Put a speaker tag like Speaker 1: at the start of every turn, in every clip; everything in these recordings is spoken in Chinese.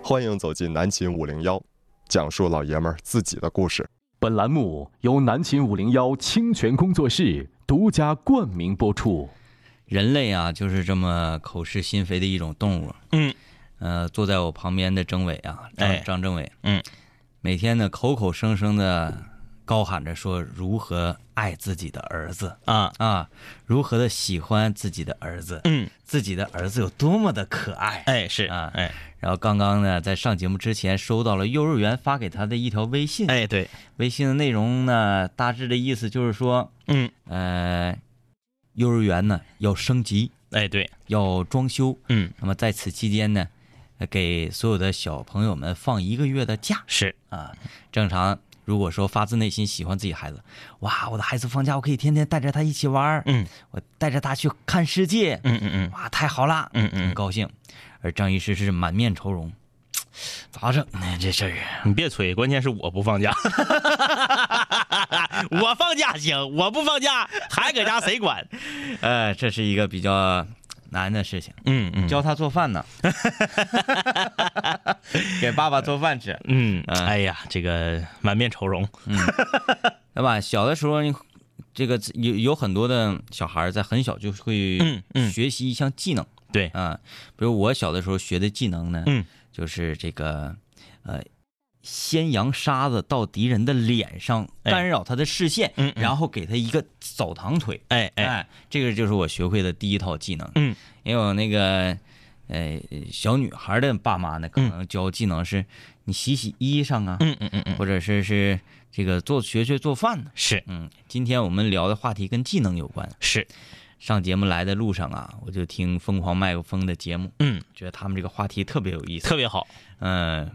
Speaker 1: 欢迎走进南秦五零幺，讲述老爷们儿自己的故事。
Speaker 2: 本栏目由南秦五零幺清泉工作室独家冠名播出。
Speaker 3: 人类啊，就是这么口是心非的一种动物。
Speaker 4: 嗯，
Speaker 3: 呃，坐在我旁边的政委啊，
Speaker 4: 哎
Speaker 3: 张张政委，
Speaker 4: 嗯，
Speaker 3: 每天呢口口声声的高喊着说如何爱自己的儿子
Speaker 4: 啊，
Speaker 3: 啊，如何的喜欢自己的儿子，
Speaker 4: 嗯，
Speaker 3: 自己的儿子有多么的可爱。
Speaker 4: 哎是
Speaker 3: 啊
Speaker 4: 哎
Speaker 3: 然后刚刚呢，在上节目之前收到了幼儿园发给他的一条微信，
Speaker 4: 哎对，
Speaker 3: 微信的内容呢，大致的意思就是说，
Speaker 4: 嗯
Speaker 3: 呃，幼儿园呢要升级，
Speaker 4: 哎对，
Speaker 3: 要装修，
Speaker 4: 嗯
Speaker 3: 那么在此期间呢，呃给所有的小朋友们放一个月的假
Speaker 4: 是
Speaker 3: 啊。正常，如果说发自内心喜欢自己孩子，哇，我的孩子放假，我可以天天带着他一起玩儿，
Speaker 4: 嗯
Speaker 3: 我带着他去看世界，
Speaker 4: 嗯嗯嗯
Speaker 3: 哇，太好啦，
Speaker 4: 嗯
Speaker 3: 很
Speaker 4: 嗯，
Speaker 3: 高兴。而张医师是满面愁容， 咋整呢？这事儿
Speaker 4: 嗯你别催，关键是我不放假， 我放假行，我不放假还搁家谁管？
Speaker 3: 呃，这是一个比较难的事情。
Speaker 4: 嗯嗯
Speaker 3: 教他做饭 呢，给爸爸做饭吃。
Speaker 4: 嗯，哎呀，这个满面愁容，
Speaker 3: 对吧？小的时候，你这个有有很多的小孩儿在很小就会
Speaker 4: 嗯嗯
Speaker 3: 学习一项技能
Speaker 4: 对，
Speaker 3: 啊，比如我小的时候学的技能呢，
Speaker 4: 嗯，
Speaker 3: 就是这个呃，先扬沙子到敌人的脸上，
Speaker 4: 哎
Speaker 3: 干扰他的视线，
Speaker 4: 嗯嗯
Speaker 3: 然后给他一个澡堂腿，
Speaker 4: 哎哎，
Speaker 3: 哎，这个就是我学会的第一套技能。
Speaker 4: 嗯，
Speaker 3: 因为我那个呃小女孩的爸妈呢，可能教技能是你洗洗衣裳啊，
Speaker 4: 嗯嗯嗯嗯，
Speaker 3: 或者是是这个做学学做饭呢。
Speaker 4: 是
Speaker 3: 嗯，今天我们聊的话题跟技能有关。
Speaker 4: 是，
Speaker 3: 上节目来的路上啊，我就听《疯狂麦克风》的节目，
Speaker 4: 嗯，
Speaker 3: 觉得他们这个话题特别有意思，
Speaker 4: 特别好，
Speaker 3: 嗯、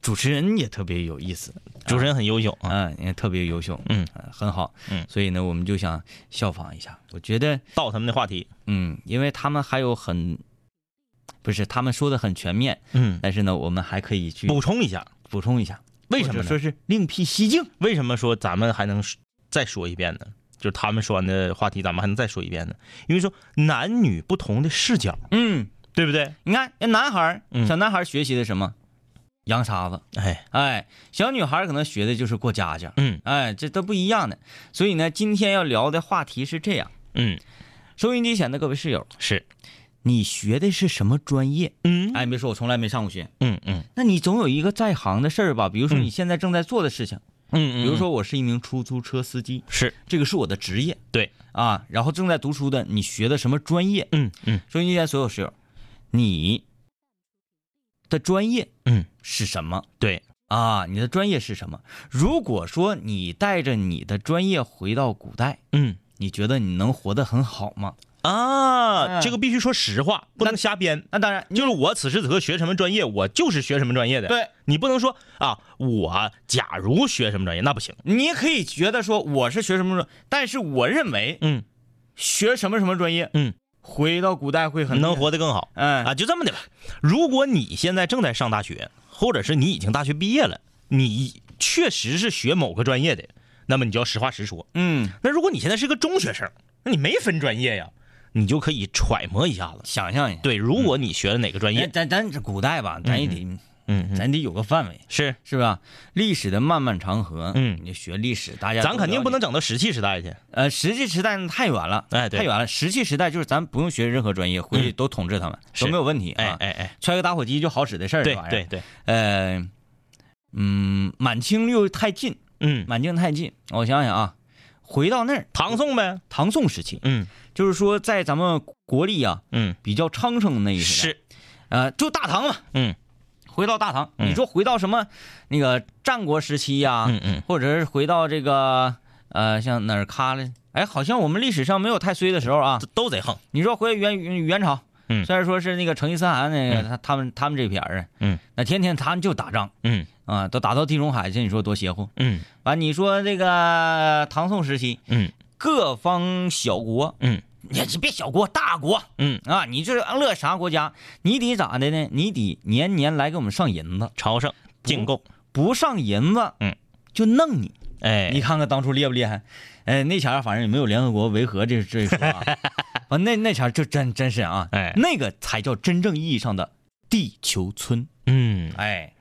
Speaker 3: 主持人也特别有意思，
Speaker 4: 主持人很优秀啊，
Speaker 3: 嗯、也特别优秀，
Speaker 4: 嗯
Speaker 3: 呃很好，
Speaker 4: 嗯
Speaker 3: 所以呢，我们就想效仿一下。我觉得，
Speaker 4: 到他们的话题，
Speaker 3: 嗯，因为他们还有很，不是他们说的很全面，
Speaker 4: 嗯，
Speaker 3: 但是呢，我们还可以去
Speaker 4: 补充一下，
Speaker 3: 补充一下，
Speaker 4: 为什么
Speaker 3: 或者
Speaker 4: 呢
Speaker 3: 说是另辟蹊径？
Speaker 4: 为什么说咱们还能再说一遍呢？就是他们说完的话题，咱们还能再说一遍呢？因为说男女不同的视角，
Speaker 3: 嗯，
Speaker 4: 对不对？
Speaker 3: 你看，那男孩儿
Speaker 4: 嗯
Speaker 3: 小男孩儿学习的什么？扬沙子。
Speaker 4: 哎，
Speaker 3: 哎，小女孩儿可能学的就是过家家，
Speaker 4: 嗯
Speaker 3: 哎，这都不一样的。所以呢，今天要聊的话题是这样：
Speaker 4: 嗯，
Speaker 3: 收音机前的各位室友，
Speaker 4: 是，
Speaker 3: 你学的是什么专业？
Speaker 4: 嗯
Speaker 3: 哎，别说我从来没上过学，
Speaker 4: 嗯嗯
Speaker 3: 那你总有一个在行的事儿吧？比如说
Speaker 4: 嗯
Speaker 3: 你现在正在做的事情，
Speaker 4: 嗯，
Speaker 3: 比如说我是一名出租车司机，
Speaker 4: 是，
Speaker 3: 这个是我的职业
Speaker 4: 对，
Speaker 3: 啊。然后正在读书的，你学的什么专业？
Speaker 4: 嗯嗯
Speaker 3: 收音机前所有室友，你的专业
Speaker 4: 嗯，
Speaker 3: 是什么？
Speaker 4: 对，
Speaker 3: 啊，你的专业是什么？如果说你带着你的专业回到古代，
Speaker 4: 嗯
Speaker 3: 你觉得你能活得很好吗？
Speaker 4: 啊，
Speaker 3: 哎
Speaker 4: 这个必须说实话，不能瞎编。
Speaker 3: 那当然，
Speaker 4: 就是我此时此刻学什么专业，我就是学什么专业的。
Speaker 3: 对，
Speaker 4: 你不能说啊，我假如学什么专业，那不行。
Speaker 3: 你也可以觉得说我是学什么专，但是我认为
Speaker 4: 嗯，
Speaker 3: 学什么什么专业，
Speaker 4: 嗯，
Speaker 3: 回到古代会很
Speaker 4: 能，活得更好。
Speaker 3: 嗯
Speaker 4: 啊，就这么的吧。如果你现在正在上大学，或者是你已经大学毕业了，你确实是学某个专业的，那么你就要实话实说。
Speaker 3: 嗯，
Speaker 4: 那如果你现在是个中学生，那你没分专业呀，你就可以揣摩一下子。
Speaker 3: 想象一下，
Speaker 4: 对，如果你学了哪个专
Speaker 3: 咱
Speaker 4: 业，
Speaker 3: 咱咱这古代吧，咱也得、
Speaker 4: 哎嗯，嗯
Speaker 3: 咱得有个范围，
Speaker 4: 是，
Speaker 3: 是吧？历史的漫漫长河，
Speaker 4: 嗯
Speaker 3: 你学历史，大家
Speaker 4: 咱
Speaker 3: 都
Speaker 4: 肯定
Speaker 3: 了
Speaker 4: 不能
Speaker 3: 解
Speaker 4: 整到石器时代去。
Speaker 3: 呃，石器时代那太远了，
Speaker 4: 哎对嗯
Speaker 3: 太远了。石器时代就是咱不用学任何专业，回去都统治他们、
Speaker 4: 是
Speaker 3: 都没有问题啊。
Speaker 4: 哎哎哎，
Speaker 3: 揣个打火机就好使的事儿，
Speaker 4: 对
Speaker 3: 这玩意儿
Speaker 4: 对。对，
Speaker 3: 呃，嗯，满清又太近，
Speaker 4: 嗯，
Speaker 3: 满清太近，我想想啊，回到那儿，
Speaker 4: 唐宋呗，
Speaker 3: 唐宋时期，
Speaker 4: 嗯
Speaker 3: 就是说在咱们国力啊
Speaker 4: 嗯，
Speaker 3: 比较昌盛的那一时代，
Speaker 4: 是，
Speaker 3: 呃，就大唐嘛，
Speaker 4: 嗯
Speaker 3: 回到大唐，
Speaker 4: 嗯
Speaker 3: 你说回到什么那个战国时期呀、
Speaker 4: 嗯嗯，
Speaker 3: 或者是回到这个呃，像哪儿咖嘞？哎，好像我们历史上没有太衰的时候啊
Speaker 4: 这。都贼横。
Speaker 3: 你说回元元元朝，
Speaker 4: 嗯
Speaker 3: 虽然说是那个成吉思汗那个他他们他们这片儿人，啊
Speaker 4: 嗯，
Speaker 3: 那天天他们就打仗
Speaker 4: 嗯
Speaker 3: 啊，都打到地中海去，你说多邪乎？
Speaker 4: 嗯
Speaker 3: 完，你说这个唐宋时期，
Speaker 4: 嗯
Speaker 3: 各方小国，
Speaker 4: 嗯
Speaker 3: 你别小国，大国
Speaker 4: 嗯，
Speaker 3: 啊，你这乐啥国家？你得咋的呢？你得年年来给我们上银子，
Speaker 4: 朝圣进贡，
Speaker 3: 不上银子，
Speaker 4: 嗯，
Speaker 3: 就弄你。
Speaker 4: 哎，
Speaker 3: 你看看当初厉不厉害？哎，那前儿反正也没有联合国维和这这一说啊， 完那那前儿就真真是啊，
Speaker 4: 哎
Speaker 3: 那个才叫真正意义上的地球村。
Speaker 4: 嗯，
Speaker 3: 哎，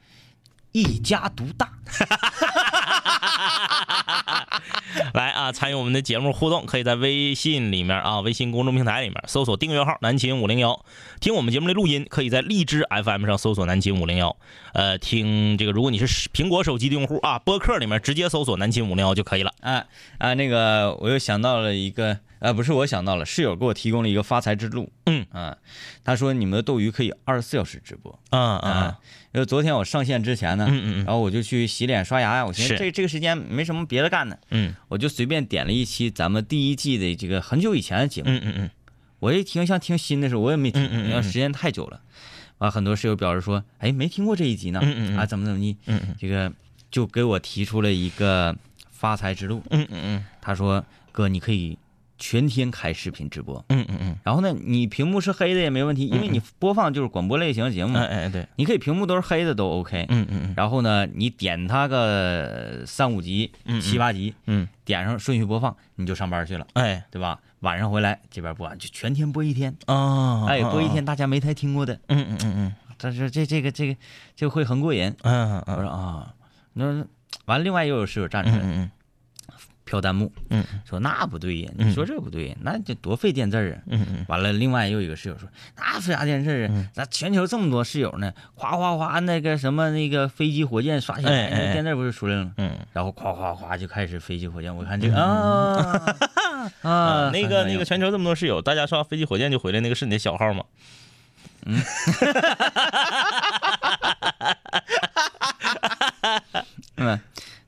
Speaker 3: 一家独大，
Speaker 4: 来啊，参与我们的节目互动，可以在微信里面啊，微信公众平台里面搜索订阅号“南秦五零幺”，听我们节目的录音，可以在荔枝 FM 上搜索“南秦五零幺”，呃，听这个，如果你是苹果手机的用户啊，播客里面直接搜索“南秦五零幺”就可以了。
Speaker 3: 啊啊，那个我又想到了一个，呃，不是我想到了，室友给我提供了一个发财之路。
Speaker 4: 嗯
Speaker 3: 啊，他说你们的斗鱼可以二十四小时直播。
Speaker 4: 嗯嗯
Speaker 3: 啊，因为昨天我上线之前呢，
Speaker 4: 嗯嗯嗯
Speaker 3: 然后我就去洗脸刷牙呀，我寻思
Speaker 4: 是
Speaker 3: 这这个时间没什么别的干的，
Speaker 4: 嗯
Speaker 3: 我就随便点了一期咱们第一季的这个很久以前的节目，
Speaker 4: 嗯嗯嗯
Speaker 3: 我一听像听新的时候，我也没听，
Speaker 4: 嗯嗯嗯
Speaker 3: 因为时间太久了。啊，很多室友表示说，哎，没听过这一集呢，
Speaker 4: 嗯嗯嗯
Speaker 3: 啊，怎么怎么地，
Speaker 4: 嗯嗯
Speaker 3: 这个就给我提出了一个发财之路。
Speaker 4: 嗯嗯
Speaker 3: 他说，哥，你可以全天开视频直播，
Speaker 4: 嗯嗯嗯
Speaker 3: 然后呢，你屏幕是黑的也没问题，因为你播放就是广播类型的节目
Speaker 4: 嗯，
Speaker 3: 嘛，
Speaker 4: 哎哎对，
Speaker 3: 你可以屏幕都是黑的都 OK。
Speaker 4: 嗯嗯
Speaker 3: 然后呢，你点它个三五集、七八集，
Speaker 4: 嗯，
Speaker 3: 点上顺序播放，你就上班去了，
Speaker 4: 哎
Speaker 3: 对吧？晚上回来这边播完，就全天播一天。
Speaker 4: 啊，
Speaker 3: 哎，播一，天大家没太听过的，
Speaker 4: 嗯嗯嗯
Speaker 3: 但是这这个这个这个会很过瘾。
Speaker 4: 嗯
Speaker 3: 我
Speaker 4: 嗯
Speaker 3: 说啊，那完，另外又有室友站出来
Speaker 4: 嗯
Speaker 3: 飘弹幕，
Speaker 4: 嗯，
Speaker 3: 说那不对呀，你说这不对呀，那这多费电字儿啊。
Speaker 4: 嗯嗯
Speaker 3: 完了，另外又有一个室友说，那费啥电事儿啊？咱全球这么多室友呢，夸夸夸那个什么那个飞机火箭刷起来，
Speaker 4: 哎哎哎
Speaker 3: 那电字儿不是出来了吗？
Speaker 4: 嗯
Speaker 3: 然后夸夸夸就开始飞机火箭，我看这个 啊啊
Speaker 4: 嗯，，那个
Speaker 3: 很
Speaker 4: 那
Speaker 3: 有
Speaker 4: 个全球这么多室友，大家刷飞机火箭就回来，那个是你的小号吗？
Speaker 3: 嗯，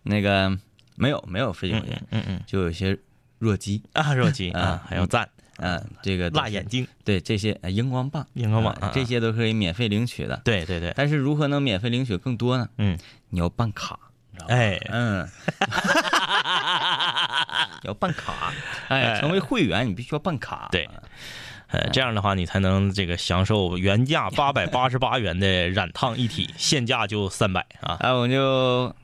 Speaker 3: 那个没有没有飞机火箭，
Speaker 4: 嗯嗯
Speaker 3: 就有些弱鸡，
Speaker 4: 啊，肉鸡啊，还要赞，
Speaker 3: 嗯、这个都
Speaker 4: 辣
Speaker 3: 是
Speaker 4: 眼睛，
Speaker 3: 对这些呃荧光棒，
Speaker 4: 荧光棒
Speaker 3: 啊
Speaker 4: 啊
Speaker 3: 这些都可以免费领取的。
Speaker 4: 对对对，
Speaker 3: 但是如何能免费领取更多呢？
Speaker 4: 嗯，
Speaker 3: 你要办卡，
Speaker 4: 哎，
Speaker 3: 嗯，要办卡，哎，成为会员你必须要办卡。
Speaker 4: 对呃，这样的话你才能这个享受原价八百八十八元的染烫一体，现价就三百啊，
Speaker 3: 哎，我就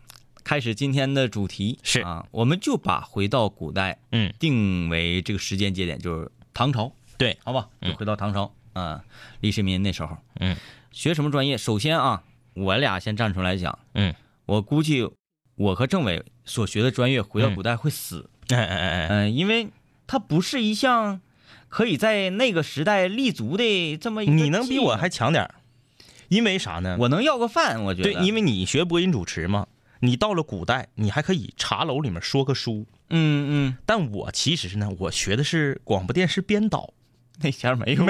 Speaker 3: 开始今天的主题
Speaker 4: 是
Speaker 3: 啊，我们就把回到古代
Speaker 4: 嗯，
Speaker 3: 定为这个时间节点，就是唐朝，
Speaker 4: 对，
Speaker 3: 好吧？就回到唐朝啊，李世民那时候，
Speaker 4: 嗯，
Speaker 3: 学什么专业？首先啊，我俩先站出来讲，
Speaker 4: 嗯，
Speaker 3: 我估计我和政委所学的专业回到古代会死，
Speaker 4: 哎哎哎哎，
Speaker 3: 嗯、因为它不是一项可以在那个时代立足的这么一个
Speaker 4: 你能比我
Speaker 3: 技
Speaker 4: 还强点儿，因为啥呢
Speaker 3: 能，？我能要个饭，我觉得，
Speaker 4: 对，因为你学播音主持嘛，你到了古代，你还可以茶楼里面说个书。
Speaker 3: 嗯嗯，
Speaker 4: 但我其实呢，我学的是广播电视编导，
Speaker 3: 那前儿没有，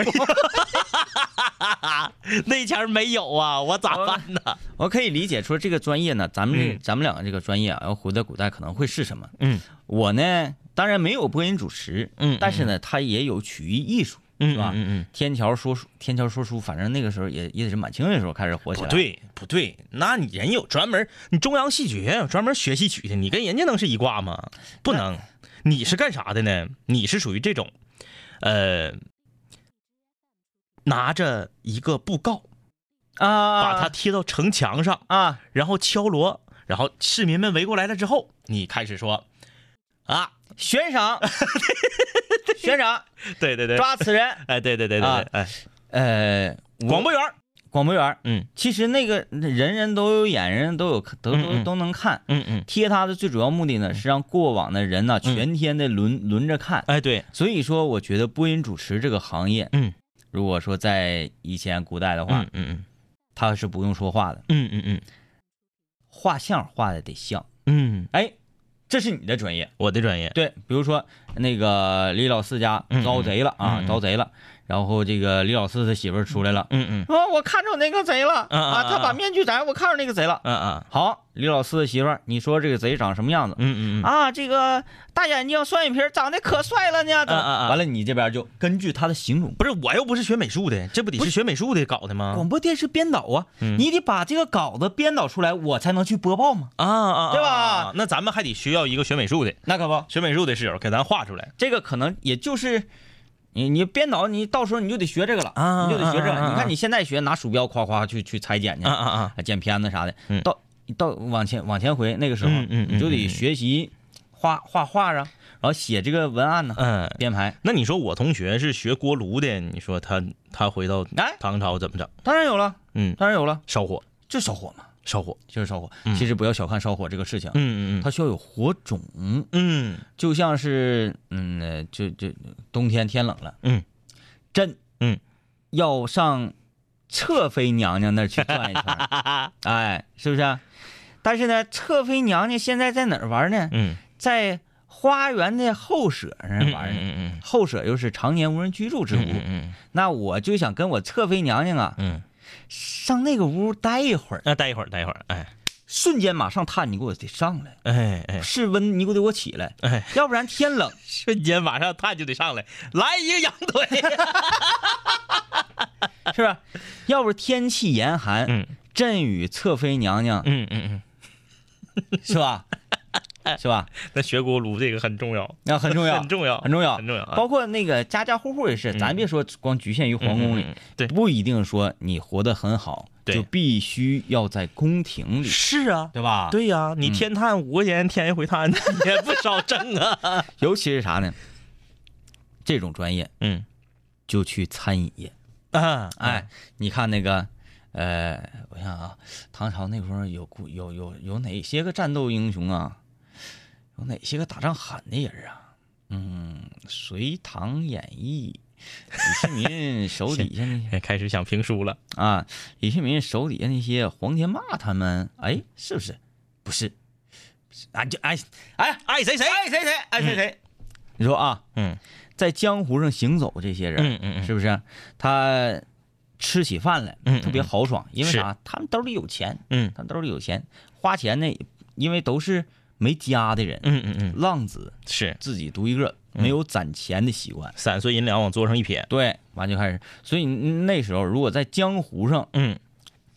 Speaker 4: 那前儿没有啊，我咋办呢？
Speaker 3: 我可以理解说这个专业呢，咱们这、
Speaker 4: 嗯
Speaker 3: 咱们两个这个专业啊，要回到古代可能会是什么？
Speaker 4: 嗯，
Speaker 3: 我呢，当然没有播音主持，
Speaker 4: 嗯嗯
Speaker 3: 但是呢，它也有曲艺艺术，
Speaker 4: 嗯
Speaker 3: 是吧？
Speaker 4: 嗯嗯
Speaker 3: 天桥说书，天桥说书，反正那个时候也也得是满清的时候开始火起
Speaker 4: 不
Speaker 3: 来。，
Speaker 4: 哦对不对，那你人有专门，你中央戏剧学院有专门学戏曲的，你跟人家能是一挂吗？不能，你是干啥的呢？你是属于这种，呃，拿着一个布告，
Speaker 3: 啊，
Speaker 4: 把它贴到城墙上，
Speaker 3: 啊，
Speaker 4: 然后敲锣，然后市民们围过来了之后，你开始说啊，
Speaker 3: 悬 赏，悬赏，
Speaker 4: 对对对，
Speaker 3: 抓此人。
Speaker 4: 哎，对对对对对
Speaker 3: 啊，
Speaker 4: 哎，
Speaker 3: 呃，
Speaker 4: 广播员儿，
Speaker 3: 广播员，
Speaker 4: 嗯，
Speaker 3: 其实那个人人都有眼，人人都有都
Speaker 4: 嗯
Speaker 3: 都
Speaker 4: 嗯
Speaker 3: 都能看。
Speaker 4: 嗯嗯，
Speaker 3: 贴他的最主要目的呢，是让过往的人呢、全天的轮轮着看。
Speaker 4: 哎对，
Speaker 3: 所以说，我觉得播音主持这个行业，
Speaker 4: 嗯，
Speaker 3: 如果说在以前古代的话，
Speaker 4: 嗯嗯
Speaker 3: 他是不用说话的，
Speaker 4: 嗯嗯嗯
Speaker 3: 画像画的得像。
Speaker 4: 嗯，
Speaker 3: 哎，这是你的专业，
Speaker 4: 我的专业，
Speaker 3: 对，比如说那个李老四家
Speaker 4: 嗯嗯
Speaker 3: 遭贼了啊，
Speaker 4: 嗯嗯
Speaker 3: 遭贼了，然后这个李老四他媳妇儿出来了，
Speaker 4: 嗯嗯
Speaker 3: 说、我看着那个贼了
Speaker 4: 嗯嗯
Speaker 3: 啊，他把
Speaker 4: 嗯
Speaker 3: 面具摘，我看着那个贼了。
Speaker 4: 啊啊，
Speaker 3: 好，李老四的媳妇儿，你说这个贼长什么样子？
Speaker 4: 嗯嗯嗯，
Speaker 3: 啊，这个大眼睛、双眼皮儿，长得可帅了呢。怎么
Speaker 4: 啊啊啊
Speaker 3: 完了，你这边就根据他的形容，
Speaker 4: 不是，我又不是学美术的，这不得是学美术的搞的吗？
Speaker 3: 广播电视编导啊，你得把这个稿子编导出来，我才能去播报嘛。
Speaker 4: 啊啊，啊
Speaker 3: 对吧？
Speaker 4: 啊那咱们还得需要一个学美术的，
Speaker 3: 那可不，
Speaker 4: 学美术的室友给咱画出来。
Speaker 3: 这个可能也就是你你编导，你到时候你就得学这个了，
Speaker 4: 啊
Speaker 3: 你就得学这个。
Speaker 4: 啊啊啊
Speaker 3: 你看你现在学，拿鼠标夸夸去去裁剪去，
Speaker 4: 啊啊！
Speaker 3: 啊剪片子啥的，
Speaker 4: 嗯
Speaker 3: 到到往前往前回那个时候，
Speaker 4: 嗯嗯嗯
Speaker 3: 你就得
Speaker 4: 嗯
Speaker 3: 学习画画画啊，然后写这个文案呢、
Speaker 4: 嗯，
Speaker 3: 编排。
Speaker 4: 那你说我同学是学锅炉的，你说他他回到
Speaker 3: 哎
Speaker 4: 唐朝怎么整？
Speaker 3: 当然有了，
Speaker 4: 嗯，
Speaker 3: 当然有了。
Speaker 4: 烧火，
Speaker 3: 这烧火嘛，
Speaker 4: 烧火，
Speaker 3: 就是烧火
Speaker 4: 嗯。
Speaker 3: 其实不要小看烧火这个事情，
Speaker 4: 嗯嗯
Speaker 3: 它需要有火种，
Speaker 4: 嗯
Speaker 3: 就像是嗯，呃就就冬天天冷了，
Speaker 4: 嗯，
Speaker 3: 真
Speaker 4: 嗯，
Speaker 3: 要上侧妃娘娘那儿去转一圈儿，
Speaker 4: 嗯
Speaker 3: 哎，是不是啊？但是呢，侧妃娘娘现在在哪儿玩呢？
Speaker 4: 嗯，
Speaker 3: 在花园的后舍那儿玩呢。
Speaker 4: 嗯
Speaker 3: 后舍又是常年无人居住之屋，
Speaker 4: 嗯
Speaker 3: 那我就想跟我侧妃娘娘啊，
Speaker 4: 嗯，
Speaker 3: 上那个屋待一会儿，
Speaker 4: 那待一会儿，待一会儿，哎
Speaker 3: 瞬间马上炭你给我得上来，
Speaker 4: 哎哎，
Speaker 3: 室温你给我得给我起来，
Speaker 4: 哎
Speaker 3: 要不然天冷，
Speaker 4: 瞬间马上炭就得上来，来一个羊腿，
Speaker 3: 是吧？要不天气严寒，
Speaker 4: 嗯
Speaker 3: 朕与侧妃娘 娘
Speaker 4: 嗯嗯
Speaker 3: 是吧？是吧？
Speaker 4: 嗯，那学锅炉这个很重要，
Speaker 3: 那很重要，
Speaker 4: 很重要，
Speaker 3: 很重要
Speaker 4: 很重要啊，
Speaker 3: 包括那个家家户户也是，咱别说光局限于皇宫里，
Speaker 4: 嗯嗯嗯对
Speaker 3: 不一定说你活得很好，
Speaker 4: 对
Speaker 3: 就必须要在宫廷里，
Speaker 4: 是啊。
Speaker 3: 对吧？，
Speaker 4: 对呀、你天探五块钱，天一回探 也不少挣啊。
Speaker 3: 尤其是啥呢？这种专业
Speaker 4: 嗯
Speaker 3: 就去餐饮业，
Speaker 4: 啊，
Speaker 3: 哎，你看那个，呃，我想啊，唐朝那时候有故有有有哪些个战斗英雄啊？有哪些个打仗狠的人啊？嗯，《隋唐演义》，李世民 手底下那些
Speaker 4: 哎，开始想评书了。
Speaker 3: 啊，李世民手底下那些黄天霸他们，哎，是不是？不是，俺就哎哎
Speaker 4: 爱谁谁。
Speaker 3: 爱谁谁爱谁谁，你说啊，
Speaker 4: 嗯
Speaker 3: 在江湖上行走这些人，
Speaker 4: 嗯嗯嗯
Speaker 3: 是不是？他吃起饭来，
Speaker 4: 嗯嗯
Speaker 3: 特别豪爽，因为
Speaker 4: 是
Speaker 3: 啥？他们兜里有钱，
Speaker 4: 嗯
Speaker 3: 他们兜里有钱，花钱呢，因为都是没家的人，
Speaker 4: 嗯嗯嗯，
Speaker 3: 浪子
Speaker 4: 是
Speaker 3: 自己独一个，没有攒钱的习惯。
Speaker 4: 散碎银两往桌上一撇。
Speaker 3: 对，完就开始，所以那时候如果在江湖上
Speaker 4: 嗯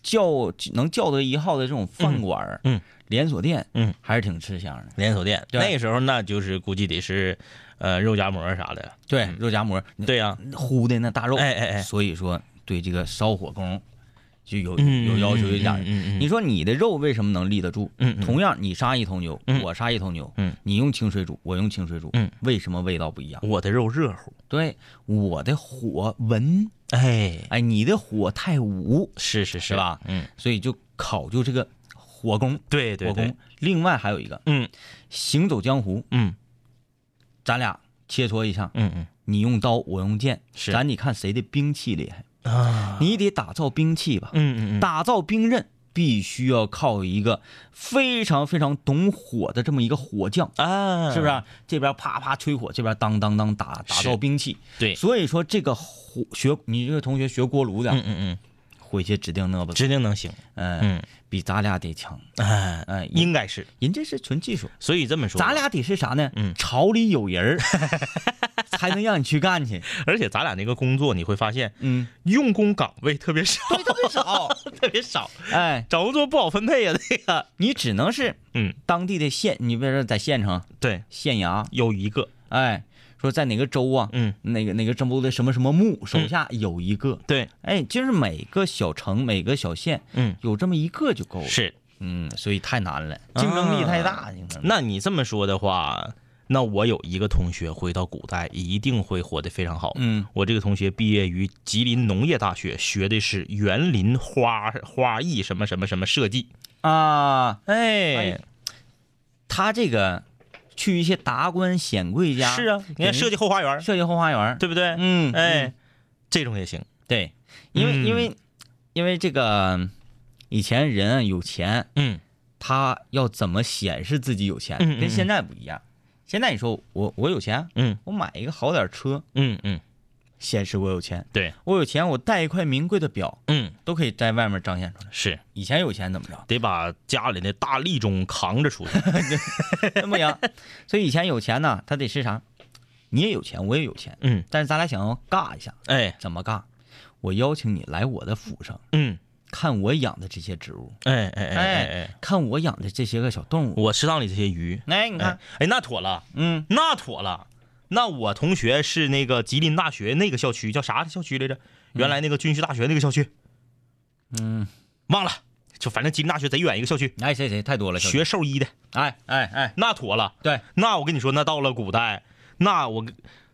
Speaker 3: 叫能叫得一号的这种饭馆儿
Speaker 4: 嗯嗯
Speaker 3: 连锁店，
Speaker 4: 嗯，
Speaker 3: 还是挺吃香的。
Speaker 4: 连锁店，
Speaker 3: 对
Speaker 4: 那时候那就是估计得是，呃，肉夹馍啥的。
Speaker 3: 对，肉夹馍，
Speaker 4: 对呀、
Speaker 3: 烀的那大肉，
Speaker 4: 哎哎哎
Speaker 3: 所以说对这个烧火工就有
Speaker 4: 嗯
Speaker 3: 有要求，有讲究。
Speaker 4: 嗯嗯嗯嗯
Speaker 3: 你说你的肉为什么能立得住？
Speaker 4: 嗯嗯
Speaker 3: 同样你杀一头牛，我杀一头牛，
Speaker 4: 嗯
Speaker 3: 你用清水煮，我用清水煮，
Speaker 4: 嗯
Speaker 3: 为什么味道不一样？
Speaker 4: 我的肉热乎，
Speaker 3: 对，我的火文，
Speaker 4: 哎，
Speaker 3: 哎，你的火太武，
Speaker 4: 是是是
Speaker 3: 是吧
Speaker 4: 嗯，
Speaker 3: 所以就考究这个火工，
Speaker 4: 对对
Speaker 3: 火
Speaker 4: 对
Speaker 3: 工，。另外还有一个
Speaker 4: 嗯
Speaker 3: 行走江湖，
Speaker 4: 嗯
Speaker 3: 咱俩切磋一下，
Speaker 4: 嗯
Speaker 3: 你用刀，我用剑，
Speaker 4: 是
Speaker 3: 咱你看谁的兵器厉害，
Speaker 4: 嗯啊，
Speaker 3: 你得打造兵器吧，
Speaker 4: 嗯嗯嗯，
Speaker 3: 打造兵刃必须要靠一个非常非常懂火的这么一个火匠，
Speaker 4: 啊，
Speaker 3: 是不是、？这边啪啪吹火，这边当当当打打
Speaker 4: 是
Speaker 3: 造兵器。
Speaker 4: 对
Speaker 3: 所以说这个火学你这个同学学锅炉的，
Speaker 4: 嗯嗯
Speaker 3: 回去指定那不
Speaker 4: 嗯，，指定能行。
Speaker 3: 嗯、
Speaker 4: 嗯，
Speaker 3: 比咱俩得强。
Speaker 4: 哎，
Speaker 3: 哎、人
Speaker 4: 应该是。
Speaker 3: 人这是纯技术，
Speaker 4: 所以这么说，
Speaker 3: 咱，俩得是啥呢？
Speaker 4: 嗯
Speaker 3: 朝里有 人儿，才能让你去干去。
Speaker 4: 而且咱俩那个工作，你会发现
Speaker 3: 嗯，
Speaker 4: 用工岗位特别少，
Speaker 3: 对，特别少。
Speaker 4: 特别少，
Speaker 3: 哎，
Speaker 4: 找工作不好分配呀。 这个，
Speaker 3: 你只能是
Speaker 4: 嗯，
Speaker 3: 当地的县，你比如说在县城、
Speaker 4: 对，
Speaker 3: 县衙，
Speaker 4: 有一个，
Speaker 3: 哎，说在哪个州啊，
Speaker 4: 嗯，
Speaker 3: 哪个哪个州的什么什么牧手下有一个，
Speaker 4: 对，
Speaker 3: 哎，就是每个小城、每个小县
Speaker 4: 嗯，
Speaker 3: 有这么一个就够了。，
Speaker 4: 是。啊
Speaker 3: 嗯，所以太难了，竞争力太大。竞争力
Speaker 4: 那你这么说的话，那我有一个同学回到古代，一定会活得非常好。
Speaker 3: 嗯，
Speaker 4: 我这个同学毕业于吉林农业大学，学的是园林花花艺什么什么什么设计。
Speaker 3: 啊，
Speaker 4: 哎，
Speaker 3: 他这个去一些达官显贵家，
Speaker 4: 是啊，你看设计后花园，
Speaker 3: 设计后花园，
Speaker 4: 对不对？
Speaker 3: 嗯，
Speaker 4: 哎，这种也行。
Speaker 3: 对，因为
Speaker 4: 嗯
Speaker 3: 因为因为这个以前人啊有钱，
Speaker 4: 嗯
Speaker 3: 他要怎么显示自己有钱，
Speaker 4: 嗯嗯
Speaker 3: 跟现在不一样。现在你说我我有钱，啊
Speaker 4: 嗯
Speaker 3: 我买一个好点儿车，
Speaker 4: 嗯嗯，
Speaker 3: 显示我有钱；
Speaker 4: 对，
Speaker 3: 我有钱，我戴一块名贵的表，
Speaker 4: 嗯
Speaker 3: 都可以在外面彰显出来。
Speaker 4: 是？
Speaker 3: 以前有钱怎么着
Speaker 4: 得把家里的大力钟扛着出去。
Speaker 3: 那不一样。所以以前有钱呢，他得是啥？你也有钱，我也有钱，
Speaker 4: 嗯，
Speaker 3: 但是咱俩想要尬一下，
Speaker 4: 哎，
Speaker 3: 怎么尬？我邀请你来我的府上，
Speaker 4: 嗯，
Speaker 3: 看我养的这些植物，
Speaker 4: 哎哎哎哎哎，
Speaker 3: 看我养的这些个小动物。
Speaker 4: 我池塘里这些鱼，
Speaker 3: 哎，你看
Speaker 4: 哎，哎，那妥了。
Speaker 3: 嗯，
Speaker 4: 那妥了。那我同学是那个吉林大学那个校区，叫啥校区来着？原来那个军区大学那个校区，
Speaker 3: 嗯，
Speaker 4: 忘了，就反正吉林大学贼远一个校区，
Speaker 3: 哎，谁谁太多了，小弟
Speaker 4: 学，兽医的，
Speaker 3: 哎哎哎，
Speaker 4: 那妥了。
Speaker 3: 对，
Speaker 4: 那我跟你说，那到了古代，那我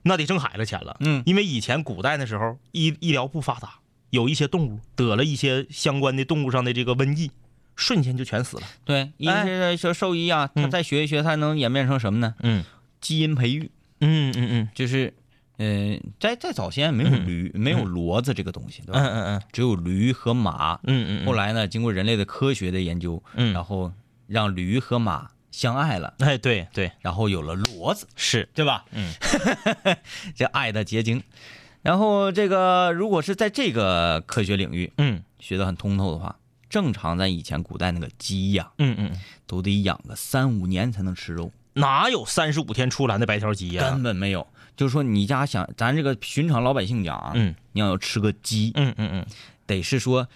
Speaker 4: 那得挣海了钱了，
Speaker 3: 嗯
Speaker 4: 因为以前古代那时候医医疗不发达，有一些动物得了一些相关的动物上的这个瘟疫，瞬间就全死了。
Speaker 3: 对，一
Speaker 4: 哎
Speaker 3: 是说兽医啊，他
Speaker 4: 嗯
Speaker 3: 再学一学，他能演变成什么呢？
Speaker 4: 嗯
Speaker 3: 基因培育，
Speaker 4: 嗯嗯嗯
Speaker 3: 就是，嗯，在在早先没有
Speaker 4: 嗯
Speaker 3: 驴，没有骡子这个东西，对
Speaker 4: 嗯
Speaker 3: 吧？
Speaker 4: 嗯
Speaker 3: 只有驴和马。
Speaker 4: 嗯嗯，
Speaker 3: 后来呢，经过人类的科学的研究，
Speaker 4: 嗯，
Speaker 3: 然后让驴和马相爱了，
Speaker 4: 哎对对
Speaker 3: 然后有了骡子，
Speaker 4: 是，
Speaker 3: 对吧？
Speaker 4: 嗯，
Speaker 3: 这爱的结晶。然后这个如果是在这个科学领域
Speaker 4: 嗯
Speaker 3: 学得很通透的话，正常在以前古代那个鸡呀、
Speaker 4: 嗯嗯，
Speaker 3: 都得养个三五年才能吃肉，
Speaker 4: 哪有三十五天出栏的白条鸡呀、
Speaker 3: 根本没有。就是说你家想，咱这个寻常老百姓家啊，
Speaker 4: 嗯
Speaker 3: 你要有吃个鸡，
Speaker 4: 嗯嗯嗯，
Speaker 3: 得是说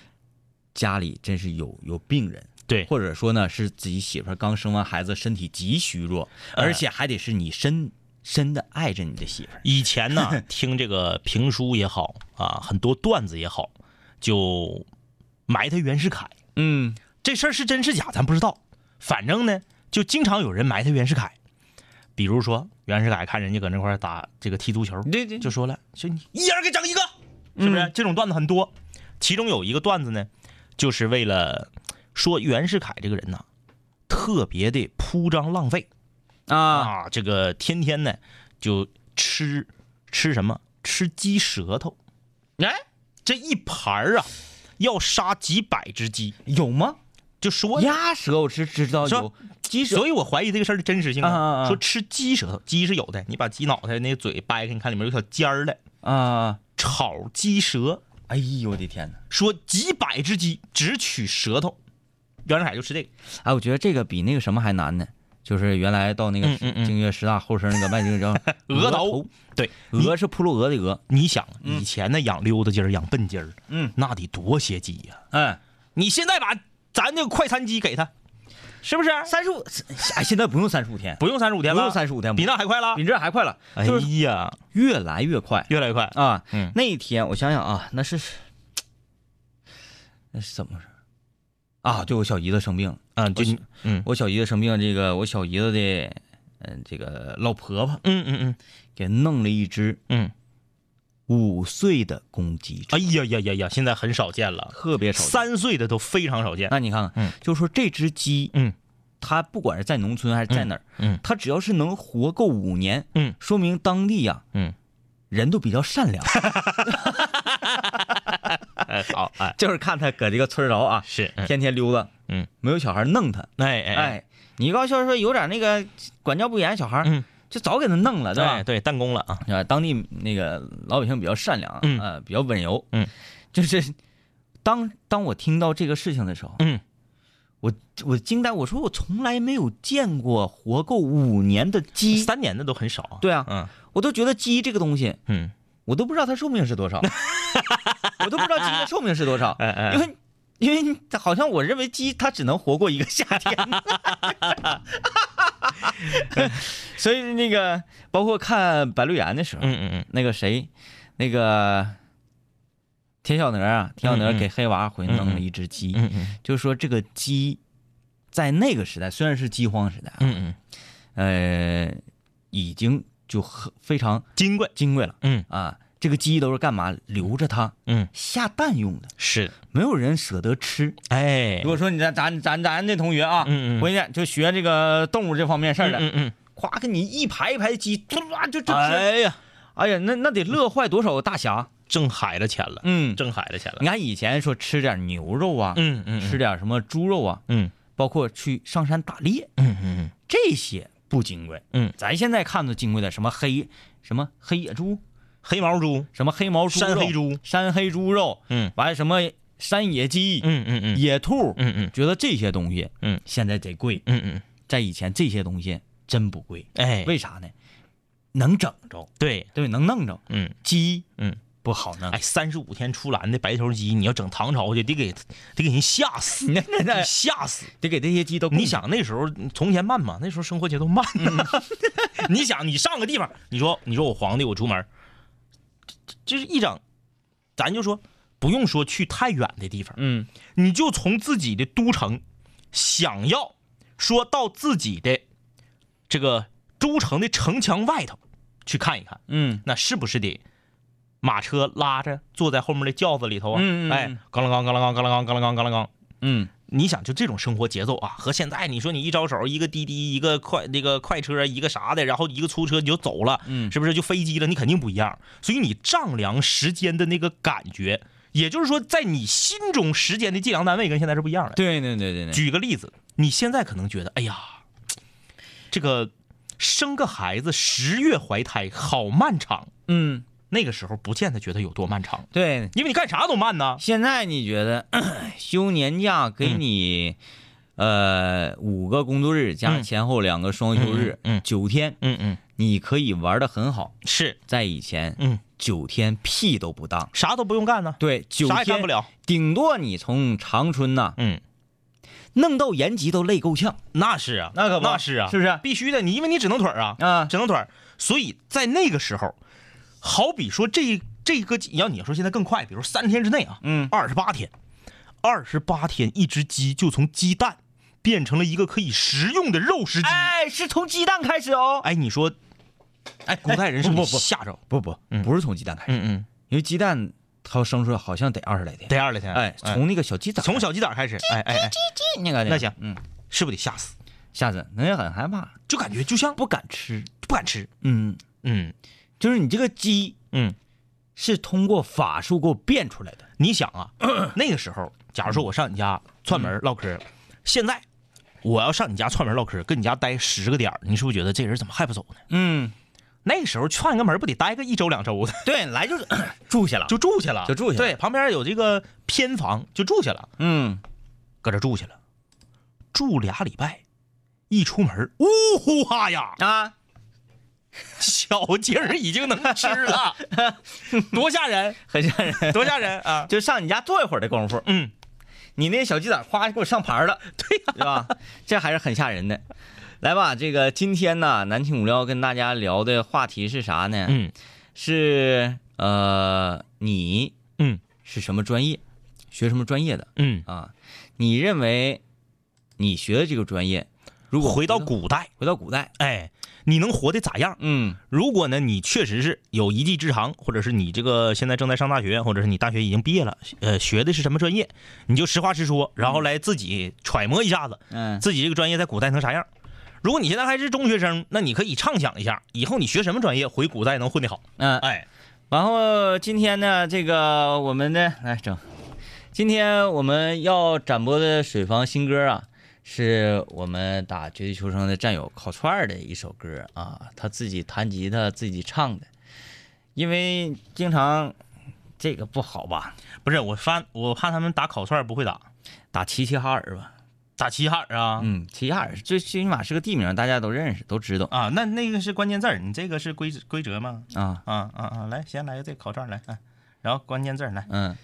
Speaker 3: 家里真是有有病人，
Speaker 4: 对，
Speaker 3: 或者说呢是自己媳妇儿刚生完孩子，身体极虚弱，
Speaker 4: 呃
Speaker 3: 而且还得是你深深的爱着你的媳妇儿。
Speaker 4: 以前呢，听这个评书也好啊，很多段子也好，就埋汰袁世凯
Speaker 3: 嗯，
Speaker 4: 这事儿是真是假，咱不知道。反正呢，就经常有人埋汰袁世凯，比如说袁世凯看人家搁那块儿打这个踢足球，
Speaker 3: 对对，
Speaker 4: 就说了，说你一人给整一个，是不是？这种段子很多，其中有一个段子呢，就是为了说袁世凯这个人呐、特别的铺张浪费。
Speaker 3: 啊，
Speaker 4: 啊，这个天天呢就吃吃什么？吃鸡舌头，
Speaker 3: 哎，
Speaker 4: 这一盘儿啊，要杀几百只鸡，
Speaker 3: 有吗？
Speaker 4: 就说
Speaker 3: 鸭舌我知知道有
Speaker 4: 说，鸡舌，所以我怀疑这个事儿的真实性
Speaker 3: 啊啊啊
Speaker 4: 说吃鸡舌头，鸡是有的，你把鸡脑袋那个嘴掰开，你看里面有小尖儿的，
Speaker 3: 啊，
Speaker 4: 炒鸡舌，
Speaker 3: 哎呦我的天哪！
Speaker 4: 说几百只鸡只取舌头，袁世凯就吃这个，
Speaker 3: 哎，我觉得这个比那个什么还难呢，就是原来到那个
Speaker 4: 嗯嗯嗯
Speaker 3: 净月十大后身那个卖这个 叫
Speaker 4: 额
Speaker 3: 头
Speaker 4: 头，对，嗯你
Speaker 3: 鹅是扑噜鹅的鹅，
Speaker 4: 你想以前那养溜达鸡儿、养笨鸡儿，
Speaker 3: 嗯，
Speaker 4: 那得多些鸡呀、
Speaker 3: 哎，
Speaker 4: 你现在把咱这个快餐机给他，是不是？
Speaker 3: 三十五，哎，现在不用三十五天，
Speaker 4: 不用三十五天
Speaker 3: 不
Speaker 4: 了，
Speaker 3: 用35天
Speaker 4: 比那还快了
Speaker 3: 比。这还快了，
Speaker 4: 哎
Speaker 3: 就是
Speaker 4: 呀，
Speaker 3: 越来越快
Speaker 4: 越来越快。
Speaker 3: 啊。
Speaker 4: 嗯
Speaker 3: 那一天我想想啊，那是那是怎么回事？啊，对我小姨子生病了，
Speaker 4: 嗯，就
Speaker 3: 我
Speaker 4: 你嗯
Speaker 3: 我小姨子生病，这个我小姨子的嗯、这个老婆婆
Speaker 4: 嗯嗯嗯
Speaker 3: 给弄了一只
Speaker 4: 嗯。
Speaker 3: 五岁的公鸡，
Speaker 4: 哎呀呀呀呀，现在很少见了，
Speaker 3: 特别少见。
Speaker 4: 三岁的都非常少见。
Speaker 3: 那你看看，
Speaker 4: 嗯
Speaker 3: 就说这只鸡，
Speaker 4: 嗯
Speaker 3: 它不管是在农村还是在哪儿，
Speaker 4: 嗯
Speaker 3: 它只要是能活够五年，
Speaker 4: 嗯
Speaker 3: 说明当地呀、
Speaker 4: 嗯，
Speaker 3: 人都比较善 良，
Speaker 4: 哎好哎
Speaker 3: 就是看它搁这个村儿着啊，
Speaker 4: 是嗯
Speaker 3: 天天溜达，
Speaker 4: 嗯，
Speaker 3: 没有小孩弄它，
Speaker 4: 哎哎哎
Speaker 3: 哎，你要要说有点那个管教不严小孩儿，
Speaker 4: 嗯
Speaker 3: 就早给他弄了，对吧？
Speaker 4: 哎对弹弓了啊
Speaker 3: 啊，当地那个老百姓比较善良，
Speaker 4: 嗯
Speaker 3: 呃，比较温柔，
Speaker 4: 嗯，
Speaker 3: 就是当当我听到这个事情的时候，
Speaker 4: 嗯，
Speaker 3: 我我惊呆，我说我从来没有见过活够五年的鸡，
Speaker 4: 三年的都很少啊。
Speaker 3: 对啊
Speaker 4: 嗯
Speaker 3: 我都觉得鸡这个东西，
Speaker 4: 嗯
Speaker 3: 我都不知道它寿命是多少， 我都不知道鸡的寿命是多少，
Speaker 4: 哎哎
Speaker 3: 因为因为好像我认为鸡它只能活过一个夏天， 所以那个包括看《白鹿原》的时候，
Speaker 4: 嗯嗯嗯
Speaker 3: 那个谁，那个田小娥啊，田小娥
Speaker 4: 嗯嗯
Speaker 3: 给黑娃回弄
Speaker 4: 嗯
Speaker 3: 了
Speaker 4: 嗯
Speaker 3: 一只鸡，
Speaker 4: 嗯嗯
Speaker 3: 就说这个鸡在那个时代虽然是饥荒时代啊，
Speaker 4: 嗯嗯，
Speaker 3: 呃，已经就很非常
Speaker 4: 金贵
Speaker 3: 金贵了
Speaker 4: 嗯
Speaker 3: 啊。这个鸡都是干嘛留着它
Speaker 4: 嗯
Speaker 3: 下蛋用的，
Speaker 4: 是
Speaker 3: 没有人舍得吃。
Speaker 4: 哎
Speaker 3: 如果说你咱咱咱咱这同学啊，
Speaker 4: 嗯嗯
Speaker 3: 回去就学这个动物这方面事儿的，
Speaker 4: 嗯嗯
Speaker 3: 夸给你一排一排鸡，突啦就就
Speaker 4: 嗯
Speaker 3: 吃，
Speaker 4: 哎呀
Speaker 3: 哎呀，那那得乐坏多少个大侠，
Speaker 4: 挣海的钱了
Speaker 3: 嗯，
Speaker 4: 挣海的钱了
Speaker 3: 你看以前说吃点牛肉啊，
Speaker 4: 嗯嗯
Speaker 3: 吃点什么猪肉啊，
Speaker 4: 嗯
Speaker 3: 包括去上山打猎，
Speaker 4: 嗯嗯
Speaker 3: 这些不金贵。
Speaker 4: 嗯，
Speaker 3: 咱现在看着金贵的什么黑什么黑野猪，
Speaker 4: 黑毛猪
Speaker 3: 什么黑毛猪肉、
Speaker 4: 山黑猪
Speaker 3: 山黑猪肉，
Speaker 4: 嗯
Speaker 3: 完了什么山野鸡、
Speaker 4: 嗯嗯嗯
Speaker 3: 野兔，
Speaker 4: 嗯嗯
Speaker 3: 觉得这些东西，
Speaker 4: 嗯，
Speaker 3: 现在贼贵，
Speaker 4: 嗯嗯
Speaker 3: 在以前这些东西真不贵，
Speaker 4: 哎
Speaker 3: 为啥呢？能整着，
Speaker 4: 对
Speaker 3: 对，能弄着。
Speaker 4: 嗯。
Speaker 3: 鸡，
Speaker 4: 嗯，
Speaker 3: 不好弄
Speaker 4: 哎，，三十五天出栏的白头鸡，你要整唐朝去，得给得给人吓死，
Speaker 3: 那那那
Speaker 4: 吓死！
Speaker 3: 得给这些鸡都供
Speaker 4: 你想那时候嗯从前慢嘛， 那时候生活节奏慢。 你想你上个地方，你说你说我皇帝我出门，这这是一整，咱就说不用说去太远的地方，
Speaker 3: 嗯
Speaker 4: 你就从自己的都城，想要说到自己的这个都城的城墙外头去看一看，
Speaker 3: 嗯
Speaker 4: 那是不是得马车拉着坐在后面的轿子里头啊，
Speaker 3: 嗯嗯嗯
Speaker 4: 哎，咣啷咣咣啷咣啷咣啷咣啷咣啷咣啷。
Speaker 3: 嗯，
Speaker 4: 你想，就这种生活节奏啊，和现在你说你一招手，一个滴滴，一个快那个快车，一个啥的，然后一个出租车你就走了，
Speaker 3: 嗯
Speaker 4: 是不是？就飞机了，你肯定不一样。所以你丈量时间的那个感觉，也就是说，在你心中时间的计量单位跟现在是不一样的。
Speaker 3: 对对对对对，
Speaker 4: 举个例子，你现在可能觉得，哎呀，这个生个孩子十月怀胎好漫长，
Speaker 3: 嗯，
Speaker 4: 那个时候不见得觉得有多漫长，
Speaker 3: 对。
Speaker 4: 因为你干啥都慢呢。
Speaker 3: 现在你觉得 休年假给你、呃五个工作日加
Speaker 4: 嗯
Speaker 3: 前后两个双休日，
Speaker 4: 嗯嗯嗯
Speaker 3: 九天，
Speaker 4: 嗯嗯，
Speaker 3: 你可以玩的很好。
Speaker 4: 是，
Speaker 3: 在以前，
Speaker 4: 嗯，
Speaker 3: 九天屁都不当，
Speaker 4: 啥都不用干呢，
Speaker 3: 对，九
Speaker 4: 啥也干
Speaker 3: 天
Speaker 4: 不，了。
Speaker 3: 顶多你从长春呐、
Speaker 4: 嗯，
Speaker 3: 弄到延吉都累够呛
Speaker 4: 那是啊，
Speaker 3: 那可不
Speaker 4: 那是啊，
Speaker 3: 是不是
Speaker 4: 必须的，你因为你只能腿儿啊，
Speaker 3: 啊！
Speaker 4: 只能腿儿。所以在那个时候，好比说这这个，你要你要说现在更快，比如三天之内啊，
Speaker 3: 嗯，
Speaker 4: 二十八天，二十八天一只鸡就从鸡蛋变成了一个可以食用的肉食鸡。
Speaker 3: 哎，是从鸡蛋开始哦。
Speaker 4: 哎，你说，哎，古代人是
Speaker 3: 不
Speaker 4: 不
Speaker 3: 不不
Speaker 4: 是吓着？
Speaker 3: 不不，
Speaker 4: 嗯
Speaker 3: 不是从鸡蛋开始，
Speaker 4: 嗯嗯，
Speaker 3: 因为鸡蛋它生出来好像得二十来天。
Speaker 4: 得二十天。啊
Speaker 3: 哎，从那个小鸡仔，
Speaker 4: 从小鸡蛋开始，哎哎哎，
Speaker 3: 那个
Speaker 4: 那行
Speaker 3: 嗯，
Speaker 4: 是不是得吓死？
Speaker 3: 下次人家很害怕，
Speaker 4: 就感觉就像
Speaker 3: 不敢吃。
Speaker 4: 不敢吃。
Speaker 3: 嗯，
Speaker 4: 嗯
Speaker 3: 就是你这个鸡
Speaker 4: 嗯，
Speaker 3: 是通过法术给我变出来的。
Speaker 4: 你想啊，那个时候，假如说我上你家串门唠嗑，现在我要上你家串门唠嗑，跟你家待十个点儿你是不是觉得这人怎么还不走呢？
Speaker 3: 嗯，
Speaker 4: 那个时候串个门不得待个一周两周的，
Speaker 3: 对，来就是 住下了。
Speaker 4: 就住下了，
Speaker 3: 就住下了
Speaker 4: 对，旁边有这个偏房，就住下了，
Speaker 3: 嗯，
Speaker 4: 搁这住下了，住俩礼拜，一出门，呜呼哈呀，
Speaker 3: 啊，
Speaker 4: 小鸡儿已经能吃 了，多吓人，
Speaker 3: 很吓人。
Speaker 4: 多吓人 啊！
Speaker 3: 就上你家坐一会儿的功夫，
Speaker 4: 嗯，
Speaker 3: 你那小鸡仔夸给我上盘了，对呀、吧？这还是很吓人的。来吧，这个今天呢，南青五聊跟大家聊的话题是啥呢？
Speaker 4: 嗯，
Speaker 3: 是呃，你
Speaker 4: 嗯
Speaker 3: 是什么专业，学什么专业的
Speaker 4: 嗯，
Speaker 3: 啊？你认为你学的这个专业，如果
Speaker 4: 回到古代，
Speaker 3: 回到古代，
Speaker 4: 哎，你能活得咋样？
Speaker 3: 嗯
Speaker 4: 如果呢，你确实是有一技之长，或者是你这个现在正在上大学，或者是你大学已经毕业了，呃，学的是什么专业，你就实话实说，然后来自己揣摩一下子，
Speaker 3: 嗯
Speaker 4: 自己这个专业在古代能啥样。如果你现在还是中学生，那你可以畅想一下，以后你学什么专业回古代能混得好。
Speaker 3: 嗯、
Speaker 4: 哎，
Speaker 3: 然后今天呢，这个我们的来整，今天我们要展播的水房新歌啊，是我们打绝地求生的战友烤串儿的一首歌啊，他自己弹吉他自己唱的，因为经常这个不好吧，
Speaker 4: 不是，我发我怕他们打烤串不会打，
Speaker 3: 打齐齐哈尔吧，
Speaker 4: 打齐齐哈尔啊、
Speaker 3: 嗯，齐齐哈尔最最起码是个地名，大家都认识，都知道
Speaker 4: 啊，那那个是关键字儿，你这个是规则规则吗？
Speaker 3: 啊，
Speaker 4: 啊啊啊！来，先来这烤串来，啊，然后关键字儿来，
Speaker 3: 嗯，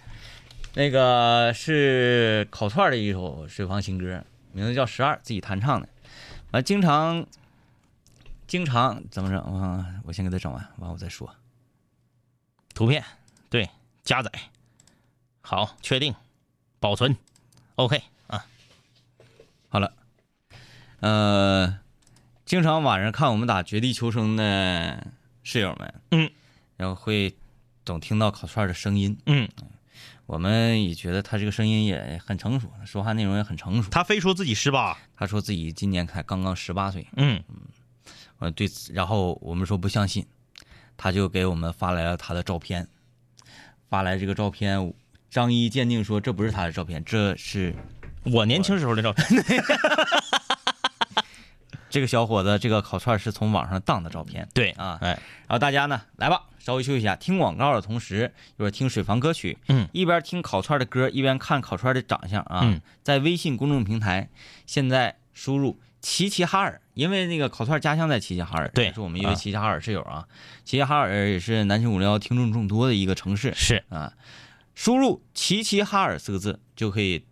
Speaker 3: 那个是烤串儿的一首水房新歌，名字叫《十二》，自己弹唱的。完，经常，经常怎么整？我我先给他整完，完我再说。
Speaker 4: 图片，对，加载，好，确定，保存，OK 啊，
Speaker 3: 好了，呃，经常晚上看我们打《绝地求生》的室友们，
Speaker 4: 嗯，
Speaker 3: 然后会总听到烤串儿的声音。
Speaker 4: 嗯，
Speaker 3: 我们也觉得他这个声音也很成熟，说话内容也很成熟。
Speaker 4: 他非说自己啊十八，
Speaker 3: 他说自己今年才刚刚十八岁，
Speaker 4: 嗯，
Speaker 3: 呃，对此，然后我们说不相信，他就给我们发来了他的照片，发来这个照片，张一鉴定说这不是他的照片，这是
Speaker 4: 我年轻时候的照片，
Speaker 3: 这个小伙子这个烤串是从网上当的照片。
Speaker 4: 对
Speaker 3: 啊
Speaker 4: 哎，
Speaker 3: 然后大家呢，来吧，稍微休息一下，听广告的同时，一会儿听水房歌曲，
Speaker 4: 嗯，
Speaker 3: 一边听烤串的歌，一边看烤串的长相啊，
Speaker 4: 嗯
Speaker 3: 在微信公众平台现在输入“齐齐哈尔”，因为那个烤串家乡在齐齐哈尔，
Speaker 4: 对
Speaker 3: 也是我们一位
Speaker 4: 啊
Speaker 3: 齐齐哈尔室友啊，齐齐哈尔也是南秦五零幺听众众多的一个城市
Speaker 4: 是，
Speaker 3: 啊，输入“齐齐哈尔”四个字就可以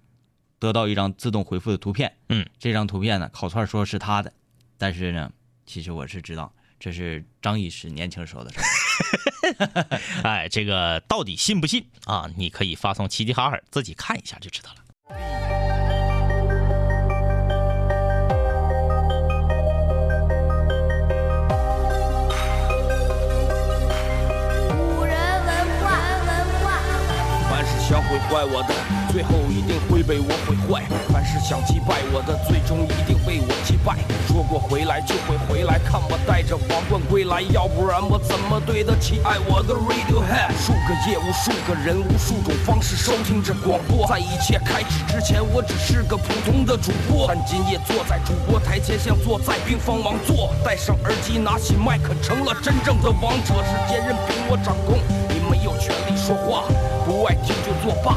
Speaker 3: 得到一张自动回复的图片，
Speaker 4: 嗯，
Speaker 3: 这张图片呢，烤串说是他的，但是呢，其实我是知道。这是张医师年轻时候的事儿。
Speaker 4: 哎，这个到底信不信啊？你可以发送齐齐哈尔，自己看一下就知道了。
Speaker 5: 古人文化最后一定会被我毁坏。凡是想击败我的，最终一定被我击败。说过回来就会回来，看我带着王冠归来，要不然我怎么对得起爱我的 Radiohead？数个夜，无数个人，无数种方式收听着广播。在一切开始之前，我只是个普通的主播，但今夜坐在主播台前，像坐在冰封王座。戴上耳机，拿起麦克，成了真正的王者。世界任凭我掌控，你没有权利说话，不爱听就作罢。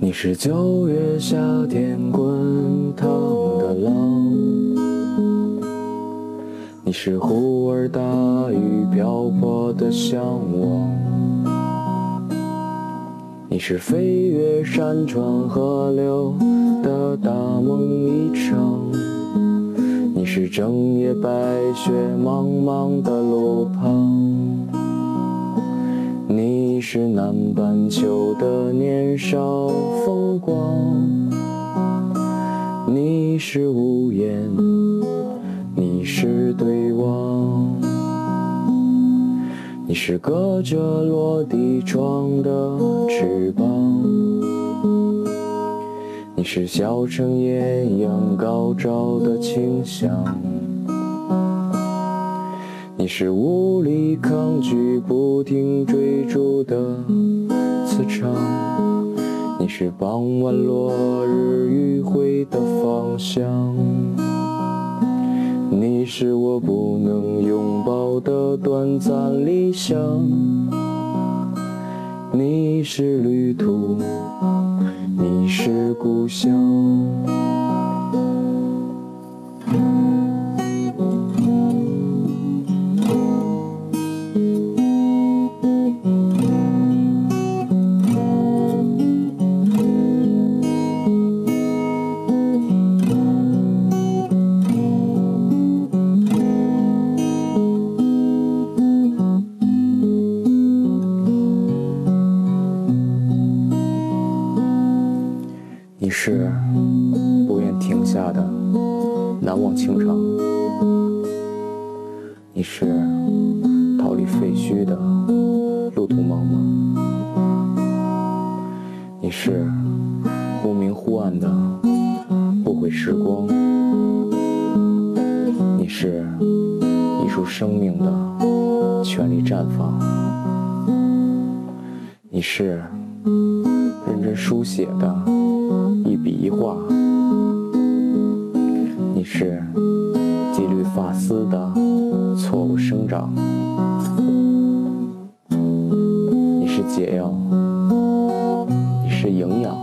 Speaker 6: 你是九月夏天滚烫的浪，你是忽而大雨瓢泼的向往，你是飞越山川河流的大梦一场，你是整夜白雪茫茫的路旁。你是南半球的年少风光，你是无言，你是对望，你是隔着落地窗的翅膀，你是小城艳阳高照的清香。你是无力抗拒、不停追逐的磁场，你是傍晚落日迂回的方向，你是我不能拥抱的短暂理想，你是旅途，你是故乡。你是不愿停下的难忘情长，你是逃离废墟的路途茫茫，你是忽明忽暗的不悔时光，你是一束生命的全力绽放，你是认真书写的。一笔一画。你是几缕发丝的错误生长，你是解药，你是营养。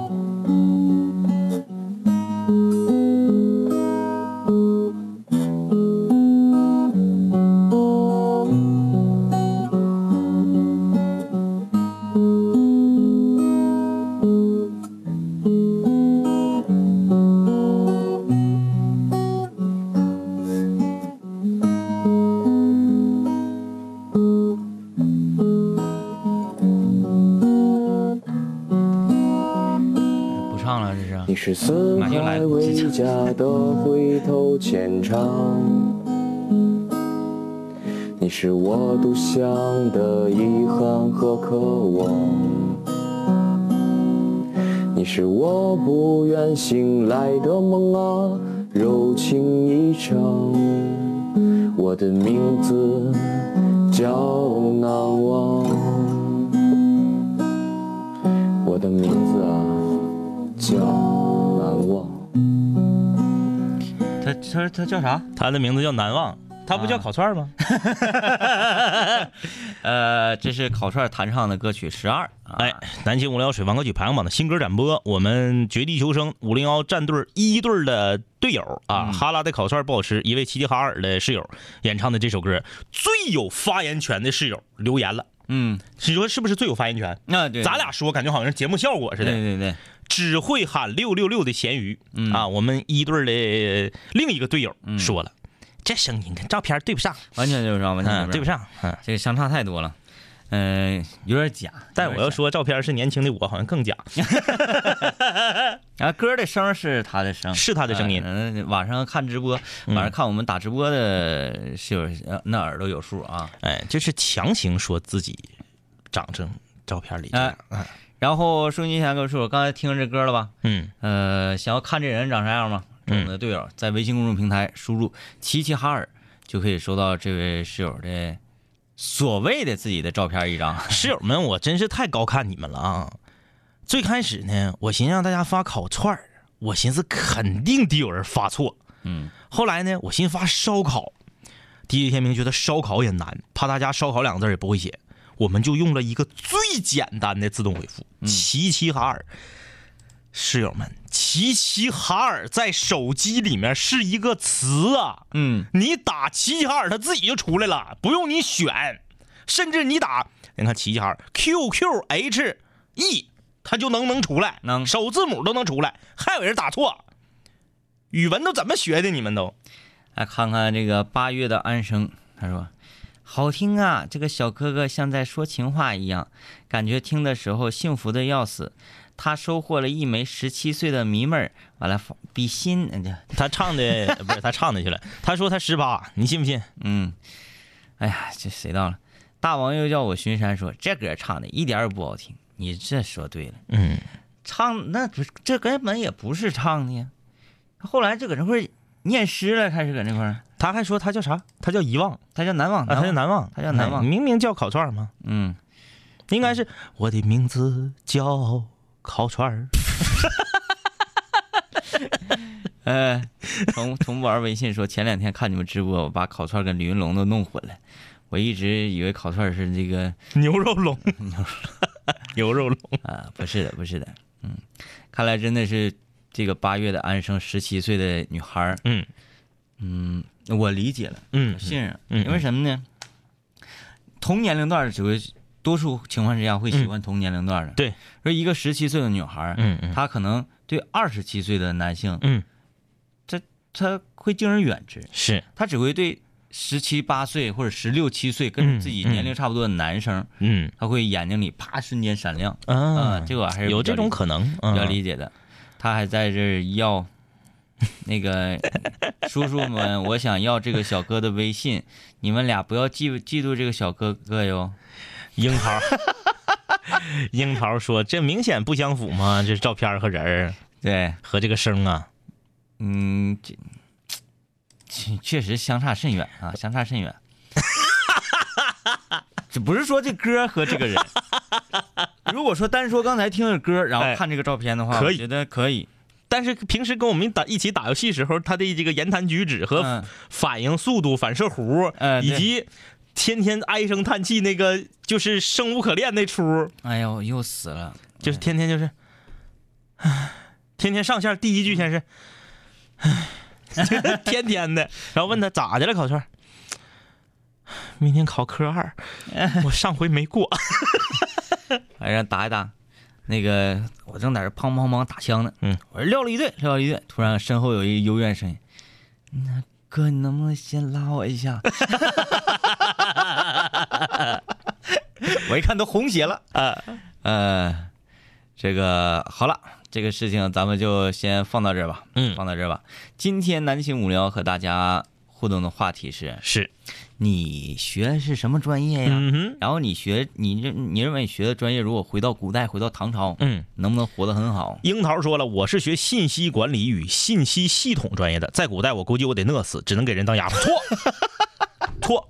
Speaker 3: 不唱了，这是
Speaker 6: 你是四
Speaker 3: 马上来
Speaker 6: 海为家的回头浅唱，你是我独享的遗憾和渴望，你是我不愿醒来的梦啊，柔情一场，我的名字叫难忘。啊叫难忘。
Speaker 3: 他他他叫啥？
Speaker 4: 他的名字叫难忘，他不叫
Speaker 3: 啊
Speaker 4: 烤串吗？
Speaker 3: 呃，这是烤串弹唱的歌曲《十二》。啊
Speaker 4: 哎， 南秦无聊水房歌曲排行榜的新歌展播，我们绝地求生五零幺战队一队的队友啊，哈拉的烤串不好吃，一位齐齐哈尔的室友演唱的这首歌，最有发言权的室友留言了，
Speaker 3: 嗯，
Speaker 4: 你说是不是最有发言权？
Speaker 3: 那对，嗯
Speaker 4: 咱俩说感觉好像是节目效果似
Speaker 3: 对
Speaker 4: 的，
Speaker 3: 对对，
Speaker 4: 只会喊六六六的咸鱼
Speaker 3: 嗯
Speaker 4: 啊，我们一队的另一个队友说了，这声音跟照片对不上，
Speaker 3: 完全对不上，完全
Speaker 4: 嗯，对不
Speaker 3: 上，
Speaker 4: 上，嗯。
Speaker 3: 这个相差太多了。嗯，有点假，
Speaker 4: 但我要说照片是年轻的我，好像更假。
Speaker 3: 啊，歌的声是他的声，
Speaker 4: 是他的声音嗯
Speaker 3: 呃嗯、晚上看直播，晚上看我们打直播的室友，呃那耳朵有数啊。
Speaker 4: 哎，就是强行说自己长成照片里这
Speaker 3: 哎
Speaker 4: 样。、
Speaker 3: 然后收音机前各位室友，刚才听这歌了吧？
Speaker 4: 嗯，
Speaker 3: 呃，想要看这人长啥样吗？我们的队友在微信公众平台输入“齐齐哈尔”，就可以收到这位室友的所谓的自己的照片一张。
Speaker 4: 室友们，我真是太高看你们了啊！最开始呢，我寻思让大家发烤串儿，我寻思肯定得有人发错。
Speaker 3: 嗯，
Speaker 4: 后来呢，我寻思发烧烤，DJ 天明觉得烧烤也难，怕大家烧烤两个字儿也不会写，我们就用了一个最简单的自动回复：齐齐哈尔。室友们，齐齐哈尔在手机里面是一个词啊。
Speaker 3: 嗯，
Speaker 4: 你打齐齐哈尔，它自己就出来了，不用你选，甚至你打，你看齐齐哈尔 QQHE，它 E，就能能出来，
Speaker 3: 能
Speaker 4: 首字母都能出来，还有人打错，语文都怎么学的？你们都
Speaker 3: 来看看这个八月的安生，他说：“好听啊，这个小哥哥像在说情话一样，感觉听的时候幸福的要死。他收获了一枚十七岁的迷妹儿，完了发比心，哎呀
Speaker 4: 他唱的不是他唱的去了， 他说他十八，你信不信？
Speaker 3: 嗯，哎呀，这谁到了？大王又叫我巡山说这歌唱的一点儿也不好听，你这说对了，
Speaker 4: 嗯，
Speaker 3: 唱那不是这根本也不是唱的呀。后来就搁那块儿念诗了，开始搁那块儿，
Speaker 4: 他还说他叫啥？他叫遗忘啊，
Speaker 3: 他叫难忘，
Speaker 4: 他叫难忘，
Speaker 3: 他叫难忘
Speaker 4: 哎明明叫烤串儿吗？
Speaker 3: 嗯。”
Speaker 4: 应该是我的名字叫烤串儿。
Speaker 3: 呃，从从玩微信说，前两天看你们直播，我把烤串跟李云龙都弄混了。我一直以为烤串是这个，
Speaker 4: 牛肉龙， 牛肉龙，
Speaker 3: 啊，不是的，不是的，嗯，看来真的是这个八月的安生，十七岁的女孩儿，
Speaker 4: 嗯
Speaker 3: 嗯，我理解了，
Speaker 4: 嗯
Speaker 3: 信任了，
Speaker 4: 嗯
Speaker 3: 因为什么呢？同年龄段儿只会，多数情况之下会喜欢同年龄段儿的。
Speaker 4: 嗯对，
Speaker 3: 说一个十七岁的女孩儿，
Speaker 4: 嗯嗯
Speaker 3: 她可能对二十七岁的男性，
Speaker 4: 嗯，
Speaker 3: 她会敬而远之，
Speaker 4: 是，
Speaker 3: 他只会对十七八岁或者十六七岁跟自己年龄差不多的男生，
Speaker 4: 嗯
Speaker 3: 他会眼睛里啪瞬间闪亮啊、
Speaker 4: 啊，
Speaker 3: 这个我还是
Speaker 4: 有
Speaker 3: 比较
Speaker 4: 这
Speaker 3: 理
Speaker 4: 种可能，
Speaker 3: 比
Speaker 4: 嗯
Speaker 3: 较 理解的。他还在这儿要那 个叔叔们，我想要这个小哥的微信，你们俩不要嫉嫉妒这个小哥哥哟。
Speaker 4: 樱桃。 樱桃说：“这明显不相符嘛，这照片和人儿
Speaker 3: 对，
Speaker 4: 和这个声啊，
Speaker 3: 嗯，这确确实相差甚远啊，相差甚 远。这不是说这歌和这个 人，如果说单说刚才听的歌，然后
Speaker 4: 哎
Speaker 3: 看这个照片的话，
Speaker 4: 可以
Speaker 3: 我觉得可以。
Speaker 4: 但是平时跟我们打一起打游戏时候，他的这个言谈举止和
Speaker 3: 嗯
Speaker 4: 反应速度、反射弧，
Speaker 3: 呃对
Speaker 4: 以及天天唉声叹气那个，就是生无可恋那出儿，
Speaker 3: 哎呦，又死了，
Speaker 4: 就是天天就是，唉，天天上线第一句先是，唉，天天的，然后问他咋的了，烤串儿， 明天考科二， 我上回没过，
Speaker 3: 哎，让打一打。那个，我正在这砰砰砰打枪呢，
Speaker 4: 嗯，
Speaker 3: 我这撂了一队，撂了一队，突然身后有一幽怨声音，那哥，你能不能先拉我一下？ 我一看都红血了，
Speaker 4: 啊，
Speaker 3: 呃，这个好了，这个事情咱们就先放到这儿吧，
Speaker 4: 嗯
Speaker 3: 放到这儿吧。今天南秦五聊和大家互动的话题是：
Speaker 4: 是，
Speaker 3: 你学的是什么专业呀？
Speaker 4: 嗯哼，
Speaker 3: 然后你学，你认你认为你学的专业，如果回到古代，回到唐朝，
Speaker 4: 嗯。
Speaker 3: 能不能活得很好？
Speaker 4: 樱桃说了，我是学信息管理与信息系统专业的，在古代我估计我得饿死，只能给人当丫鬟。 错，错，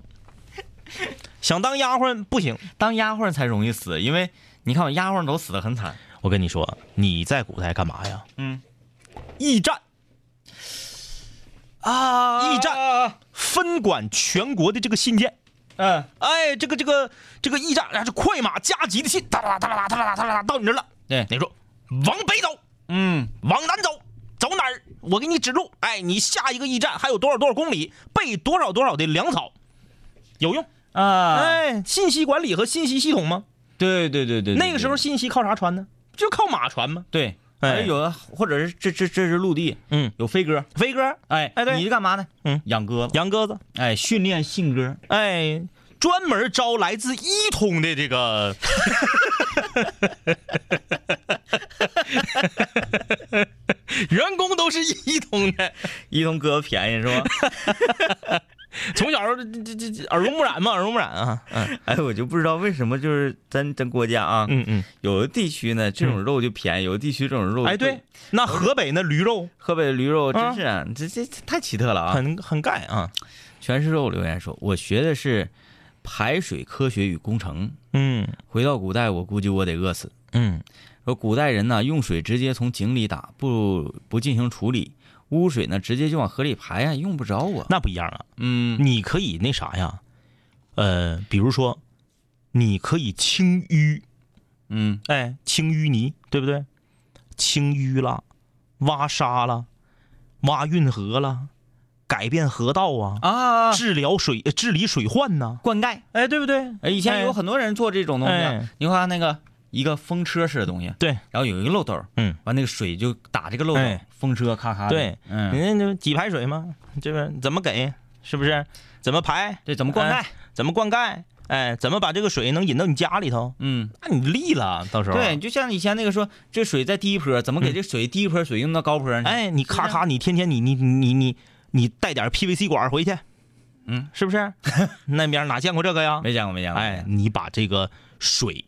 Speaker 4: 想当丫鬟不行，
Speaker 3: 当丫鬟才容易死，因为你看我丫鬟都死的很惨，
Speaker 4: 我跟你说，你在古代干嘛呀？
Speaker 3: 嗯，
Speaker 4: 驿站，
Speaker 3: 啊
Speaker 4: 驿站，分管全国的这个信件。
Speaker 3: 嗯，
Speaker 4: 哎，这个这个这个驿站，啊，这快马加急的信，哒啦哒啦哒啦哒啦哒啦哒到你这儿了。
Speaker 3: 对，
Speaker 4: 你说哎往北走，
Speaker 3: 嗯，
Speaker 4: 往南走，走哪儿？我给你指路。哎，你下一个驿站还有多少多少公里，备多少多少的粮草，有用。
Speaker 3: 啊，
Speaker 4: 哎，信息管理和信息系统吗？
Speaker 3: 对对对对，对
Speaker 4: 那个时候信息靠啥传呢？就靠马传吗？
Speaker 3: 对，
Speaker 4: 哎
Speaker 3: 哎，有的或者是这这这是陆地，
Speaker 4: 嗯，
Speaker 3: 有飞鸽，
Speaker 4: 飞哥、
Speaker 3: 哎
Speaker 4: 哎对
Speaker 3: 你是干嘛呢？
Speaker 4: 嗯
Speaker 3: 养鸽子，
Speaker 4: 杨鸽子，
Speaker 3: 哎，训练信鸽，
Speaker 4: 哎，专门招来自一通的这个， 员工都是一通的，
Speaker 3: 一通鸽子便宜 是吧？
Speaker 4: 从小这这这这耳濡目染嘛，耳濡目染啊，嗯
Speaker 3: 哎，我就不知道为什么就是咱咱国家啊，
Speaker 4: 嗯嗯，
Speaker 3: 有的地区呢这种肉就便宜，有的地区这种肉
Speaker 4: 哎对
Speaker 3: 贵，，
Speaker 4: 那河北那驴肉
Speaker 3: 河北驴肉
Speaker 4: 啊
Speaker 3: 真是啊这这这太奇特了啊！
Speaker 4: 很很盖啊，
Speaker 3: 全是肉留言说，我学的是排水科学与工程，
Speaker 4: 嗯
Speaker 3: 回到古代我估计我得饿死。
Speaker 4: 嗯
Speaker 3: 说古代人呢，用水直接从井里打，不不进行处理；污水呢，直接就往河里排呀，用不着我。
Speaker 4: 那不一样啊，
Speaker 3: 嗯，
Speaker 4: 你可以那啥呀，呃，比如说，你可以清淤，
Speaker 3: 嗯，
Speaker 4: 哎，清淤泥，对不对？清淤了，挖沙了，挖运河了，改变河道啊，
Speaker 3: 啊，
Speaker 4: 治疗水呃治理水患呐、
Speaker 3: 灌溉。
Speaker 4: 哎，对不对？
Speaker 3: 哎，以前有很多人做这种东西啊，
Speaker 4: 哎
Speaker 3: 你看那个一个风车似的东西，
Speaker 4: 对，
Speaker 3: 然后有一个漏斗，
Speaker 4: 嗯，
Speaker 3: 完那个水就打这个漏斗，
Speaker 4: 哎
Speaker 3: 风车咔咔的，
Speaker 4: 对
Speaker 3: 嗯，
Speaker 4: 人家就几排水嘛，这边怎么给，是不是？怎么排？
Speaker 3: 对，怎么灌溉？
Speaker 4: 哎怎么灌溉？哎，怎么把这个水能引到你家里头？
Speaker 3: 嗯，
Speaker 4: 那你利了，到时候
Speaker 3: 对，，就像以前那个说，这水在低坡，怎么给这水低坡水用到高坡呢？，
Speaker 4: 嗯哎，你咔
Speaker 3: 是
Speaker 4: 咔，你天天你你你你你带点 PVC 管回去，
Speaker 3: 嗯，
Speaker 4: 是不 是？那边哪见过这个呀？
Speaker 3: 没见过，没见过，
Speaker 4: 哎，，你把这个水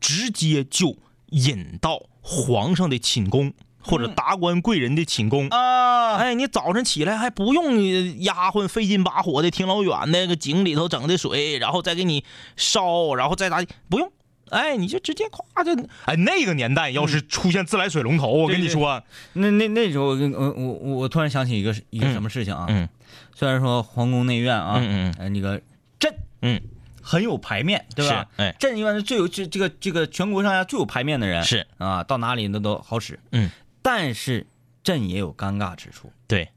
Speaker 4: 直接就引到皇上的寝宫或者达官贵人的寝宫。
Speaker 3: 嗯啊，
Speaker 4: 哎，你早晨起来还不用你丫鬟费劲巴火的挺老远那个井里头整的水，然后再给你烧，然后再打，不用。哎，你就直接夸这，哎，那个年代要
Speaker 3: 嗯
Speaker 4: 是出现自来水龙头，我跟你说，
Speaker 3: 那那那时候我跟我我我我突然想起一个一个
Speaker 4: 嗯
Speaker 3: 什么事情啊，
Speaker 4: 嗯，
Speaker 3: 虽然说皇宫内院啊，
Speaker 4: 嗯嗯
Speaker 3: 呃，那个朕，
Speaker 4: 嗯，
Speaker 3: 很有排面，对吧？
Speaker 4: 是哎
Speaker 3: 朕一般是最有这这个这个全国上下最有排面的人，
Speaker 4: 是
Speaker 3: 啊，到哪里那都好使，
Speaker 4: 嗯，
Speaker 3: 但是朕也有尴尬之处，
Speaker 4: 对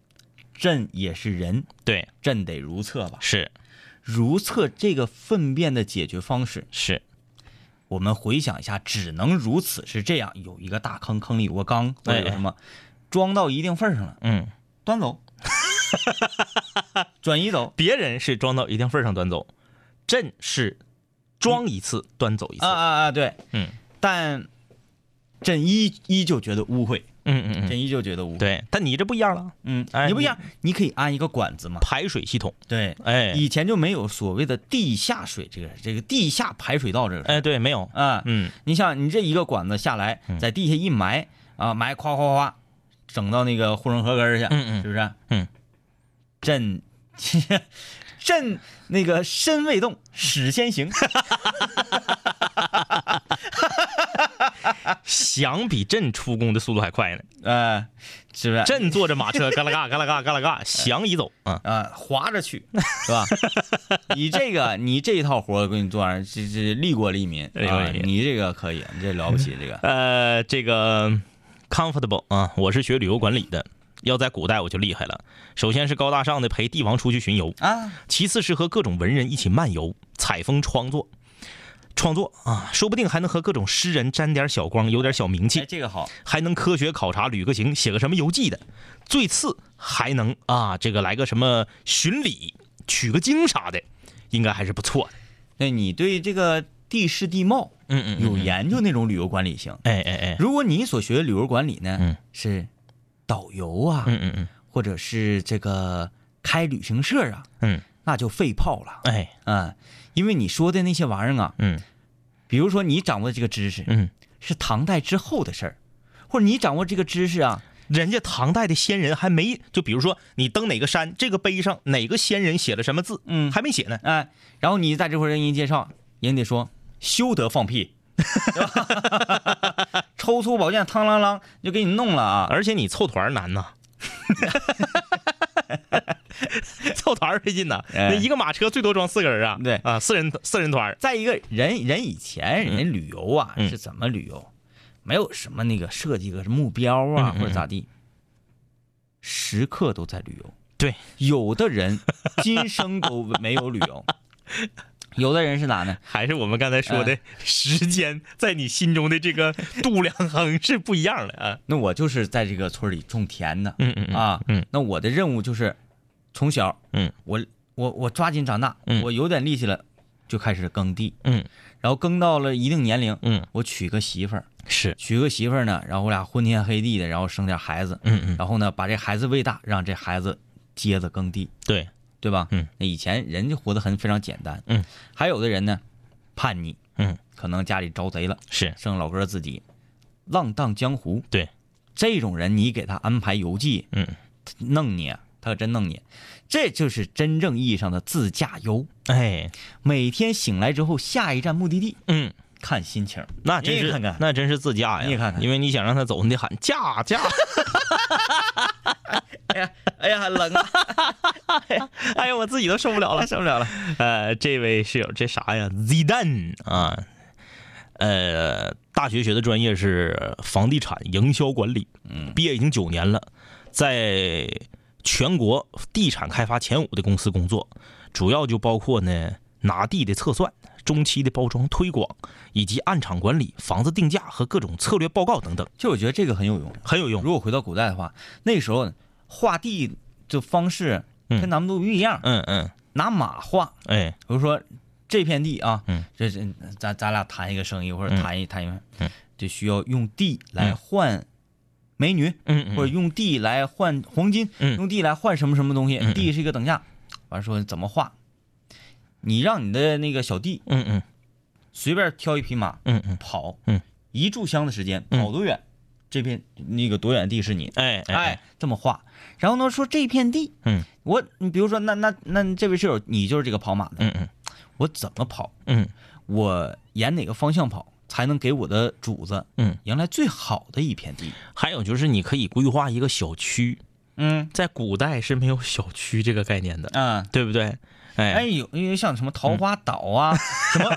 Speaker 3: 朕也是人，
Speaker 4: 对，
Speaker 3: 朕得如厕吧，
Speaker 4: 是
Speaker 3: 如厕这个粪便的解决方式，
Speaker 4: 是，
Speaker 3: 我们回想一下，只能如此是这样，有一个大坑，坑里有个
Speaker 4: 哎
Speaker 3: 缸或者有什么，装到一定份儿上了。
Speaker 4: 嗯，
Speaker 3: 端 走，转移走
Speaker 4: 别人是装到一定份儿上端走，朕是装一次、端走一次，
Speaker 3: 啊啊啊！对，
Speaker 4: 嗯，
Speaker 3: 但朕依依旧觉得污秽，
Speaker 4: 嗯嗯嗯，
Speaker 3: 朕依旧觉得污秽。，
Speaker 4: 对，但你这不一样了，
Speaker 3: 嗯
Speaker 4: 哎，
Speaker 3: 你不一样，你可以安一个管子嘛。
Speaker 4: 排水系统，
Speaker 3: 对，
Speaker 4: 哎
Speaker 3: 以前就没有所谓的地下水这个这个地下排水道这个事儿
Speaker 4: 哎，对，没有，
Speaker 3: 啊。
Speaker 4: 嗯，
Speaker 3: 你像你这一个管子下来，在地下一埋啊，埋夸夸夸，整到那个护城河根儿去，
Speaker 4: 嗯嗯
Speaker 3: 是不是？
Speaker 4: 嗯，
Speaker 3: 朕朕那个身未动，始先 行。
Speaker 4: 翔比朕出宫的速度还快呢，
Speaker 3: 呃，是不是？
Speaker 4: 朕坐着马车， 嘎啦嘎，嘎啦嘎，嘎啦嘎，翔已走啊，
Speaker 3: 啊、划着去，是吧？ 你这个，你这一套活儿，我跟你做完，这这利国利民
Speaker 4: 利国
Speaker 3: 啊！
Speaker 4: 利民
Speaker 3: 你这个可以，你这了不起，这 个
Speaker 4: 呃，这个 comfortable 啊，我是学旅游管理的，要在古代我就厉害了，首先是高大上的陪帝王出去巡游，
Speaker 3: 啊，
Speaker 4: 其次是和各种文人一起漫游、采风创作。创作啊，说不定还能和各种诗人沾点小光，有点小名气
Speaker 3: 哎，。这个好，
Speaker 4: 还能科学考察、旅个行、写个什么游记的，最次还能啊，这个来个什么巡礼、取个经啥的，应该还是不错的。
Speaker 3: 那你对这个地势地貌
Speaker 4: 嗯嗯
Speaker 3: 有研究那种旅游管理行？
Speaker 4: 哎哎哎，
Speaker 3: 如果你所学的旅游管理呢，
Speaker 4: 嗯
Speaker 3: 是导游啊，
Speaker 4: 嗯嗯嗯
Speaker 3: 或者是这个开旅行社啊，
Speaker 4: 嗯，
Speaker 3: 那就废炮了
Speaker 4: 哎
Speaker 3: 啊、因为你说的那些玩意儿啊，
Speaker 4: 嗯
Speaker 3: 比如说你掌握的这个知识，
Speaker 4: 嗯，
Speaker 3: 是唐代之后的事儿，或者你掌握这个知识啊，
Speaker 4: 人家唐代的先人还没，就比如说你登哪个山，这个碑上哪个先人写了什么字，
Speaker 3: 嗯
Speaker 4: 还没写呢。
Speaker 3: 哎，然后你在这块儿人一介绍，人得说修得放屁， 抽出宝剑，嘡啷啷就给你弄了啊！
Speaker 4: 而且你凑团儿难呐， 凑团儿费劲呐。
Speaker 3: 哎
Speaker 4: 那一个马车最多装四个人啊，
Speaker 3: 对
Speaker 4: 啊，四人四人团儿，
Speaker 3: 再一个人人以前人家旅游啊、
Speaker 4: 嗯
Speaker 3: 是怎么旅游，没有什么那个设计个目标啊、
Speaker 4: 嗯嗯
Speaker 3: 或者咋地，时刻都在旅游。
Speaker 4: 对，
Speaker 3: 有的人 今生都没有旅游，有的人是哪呢？
Speaker 4: 还是我们刚才说的时间在你心中的这个度量衡是不一样的啊。
Speaker 3: 那我就是在这个村里种田的，
Speaker 4: 嗯嗯
Speaker 3: 啊，
Speaker 4: 嗯
Speaker 3: 那我的任务就是从小，
Speaker 4: 嗯，
Speaker 3: 我我我抓紧长大，
Speaker 4: 嗯
Speaker 3: 我有点力气了，就开始耕地，
Speaker 4: 嗯
Speaker 3: 然后耕到了一定年龄，
Speaker 4: 嗯，
Speaker 3: 我娶个媳妇儿，
Speaker 4: 是，
Speaker 3: 娶个媳妇儿呢，然后我俩昏天黑地的，然后生点孩子，
Speaker 4: 嗯嗯，
Speaker 3: 然后呢把这孩子喂大，让这孩子接着耕地，
Speaker 4: 对，
Speaker 3: 对吧？
Speaker 4: 嗯，
Speaker 3: 那以前人家活得很非常简单，
Speaker 4: 嗯，
Speaker 3: 还有的人呢叛逆，
Speaker 4: 嗯，
Speaker 3: 可能家里招贼了，
Speaker 4: 是
Speaker 3: 剩老哥自己浪荡江湖，
Speaker 4: 对，
Speaker 3: 这种人你给他安排游记，
Speaker 4: 嗯，
Speaker 3: 弄你，啊他可真弄你。这就是真正意义上的自驾游。
Speaker 4: 哎，
Speaker 3: 每天醒来之后，下一站目的地，
Speaker 4: 嗯，
Speaker 3: 看心情。
Speaker 4: 那真
Speaker 3: 你
Speaker 4: 是
Speaker 3: 也看看
Speaker 4: 那真是自驾呀，
Speaker 3: 你也看看
Speaker 4: 因为你想让他走，你得喊 驾驾。
Speaker 3: 哎呀，哎呀，冷啊，
Speaker 4: 哎呀，我自己 都受不了了，
Speaker 3: 受不了了。
Speaker 4: 呃，这位室友，这啥呀？Zidan 啊，呃，大学学的专业是房地产营销管理，嗯，毕业已经九年了，在全国地产开发前五的公司工作，主要就包括呢拿地的测算、中期的包装推广，以及暗场管理、房子定价和各种策略报告等等，
Speaker 3: 就我觉得这个很有用。
Speaker 4: 很有用。
Speaker 3: 如果回到古代的话，那时候画地就方式
Speaker 4: 嗯
Speaker 3: 跟咱们都不一样，
Speaker 4: 嗯嗯，
Speaker 3: 拿马画，
Speaker 4: 哎，
Speaker 3: 比如说这片地啊，
Speaker 4: 嗯，
Speaker 3: 这是咱咱俩谈一个生意或者
Speaker 4: 嗯
Speaker 3: 谈一谈一个
Speaker 4: 嗯，
Speaker 3: 就需要用地来换美女，
Speaker 4: 嗯嗯，
Speaker 3: 或者用地来换黄金，
Speaker 4: 嗯
Speaker 3: 用地来换什么什么东西
Speaker 4: 嗯嗯，
Speaker 3: 地是一个等价。完说怎么画，你让你的那个小弟
Speaker 4: 嗯嗯
Speaker 3: 随便挑一匹马
Speaker 4: 嗯嗯，
Speaker 3: 跑，
Speaker 4: 嗯，
Speaker 3: 一炷香的时间
Speaker 4: 嗯
Speaker 3: 跑多远，这片那个多远的地是你，
Speaker 4: 哎哎
Speaker 3: 哎，这么画。然后呢，说这片地，
Speaker 4: 嗯，
Speaker 3: 我你比如说那那那这位室友，你就是这个跑马的，
Speaker 4: 嗯嗯
Speaker 3: 我怎么跑，
Speaker 4: 嗯
Speaker 3: 我沿哪个方向跑才能给我的主子
Speaker 4: 嗯，
Speaker 3: 迎来最好的一片地？
Speaker 4: 还有就是你可以规划一个小区。
Speaker 3: 嗯
Speaker 4: 在古代是没有小区这个概念的，
Speaker 3: 啊，
Speaker 4: 对不对？哎，嗯
Speaker 3: 哎，有因为像什么桃花岛啊，什么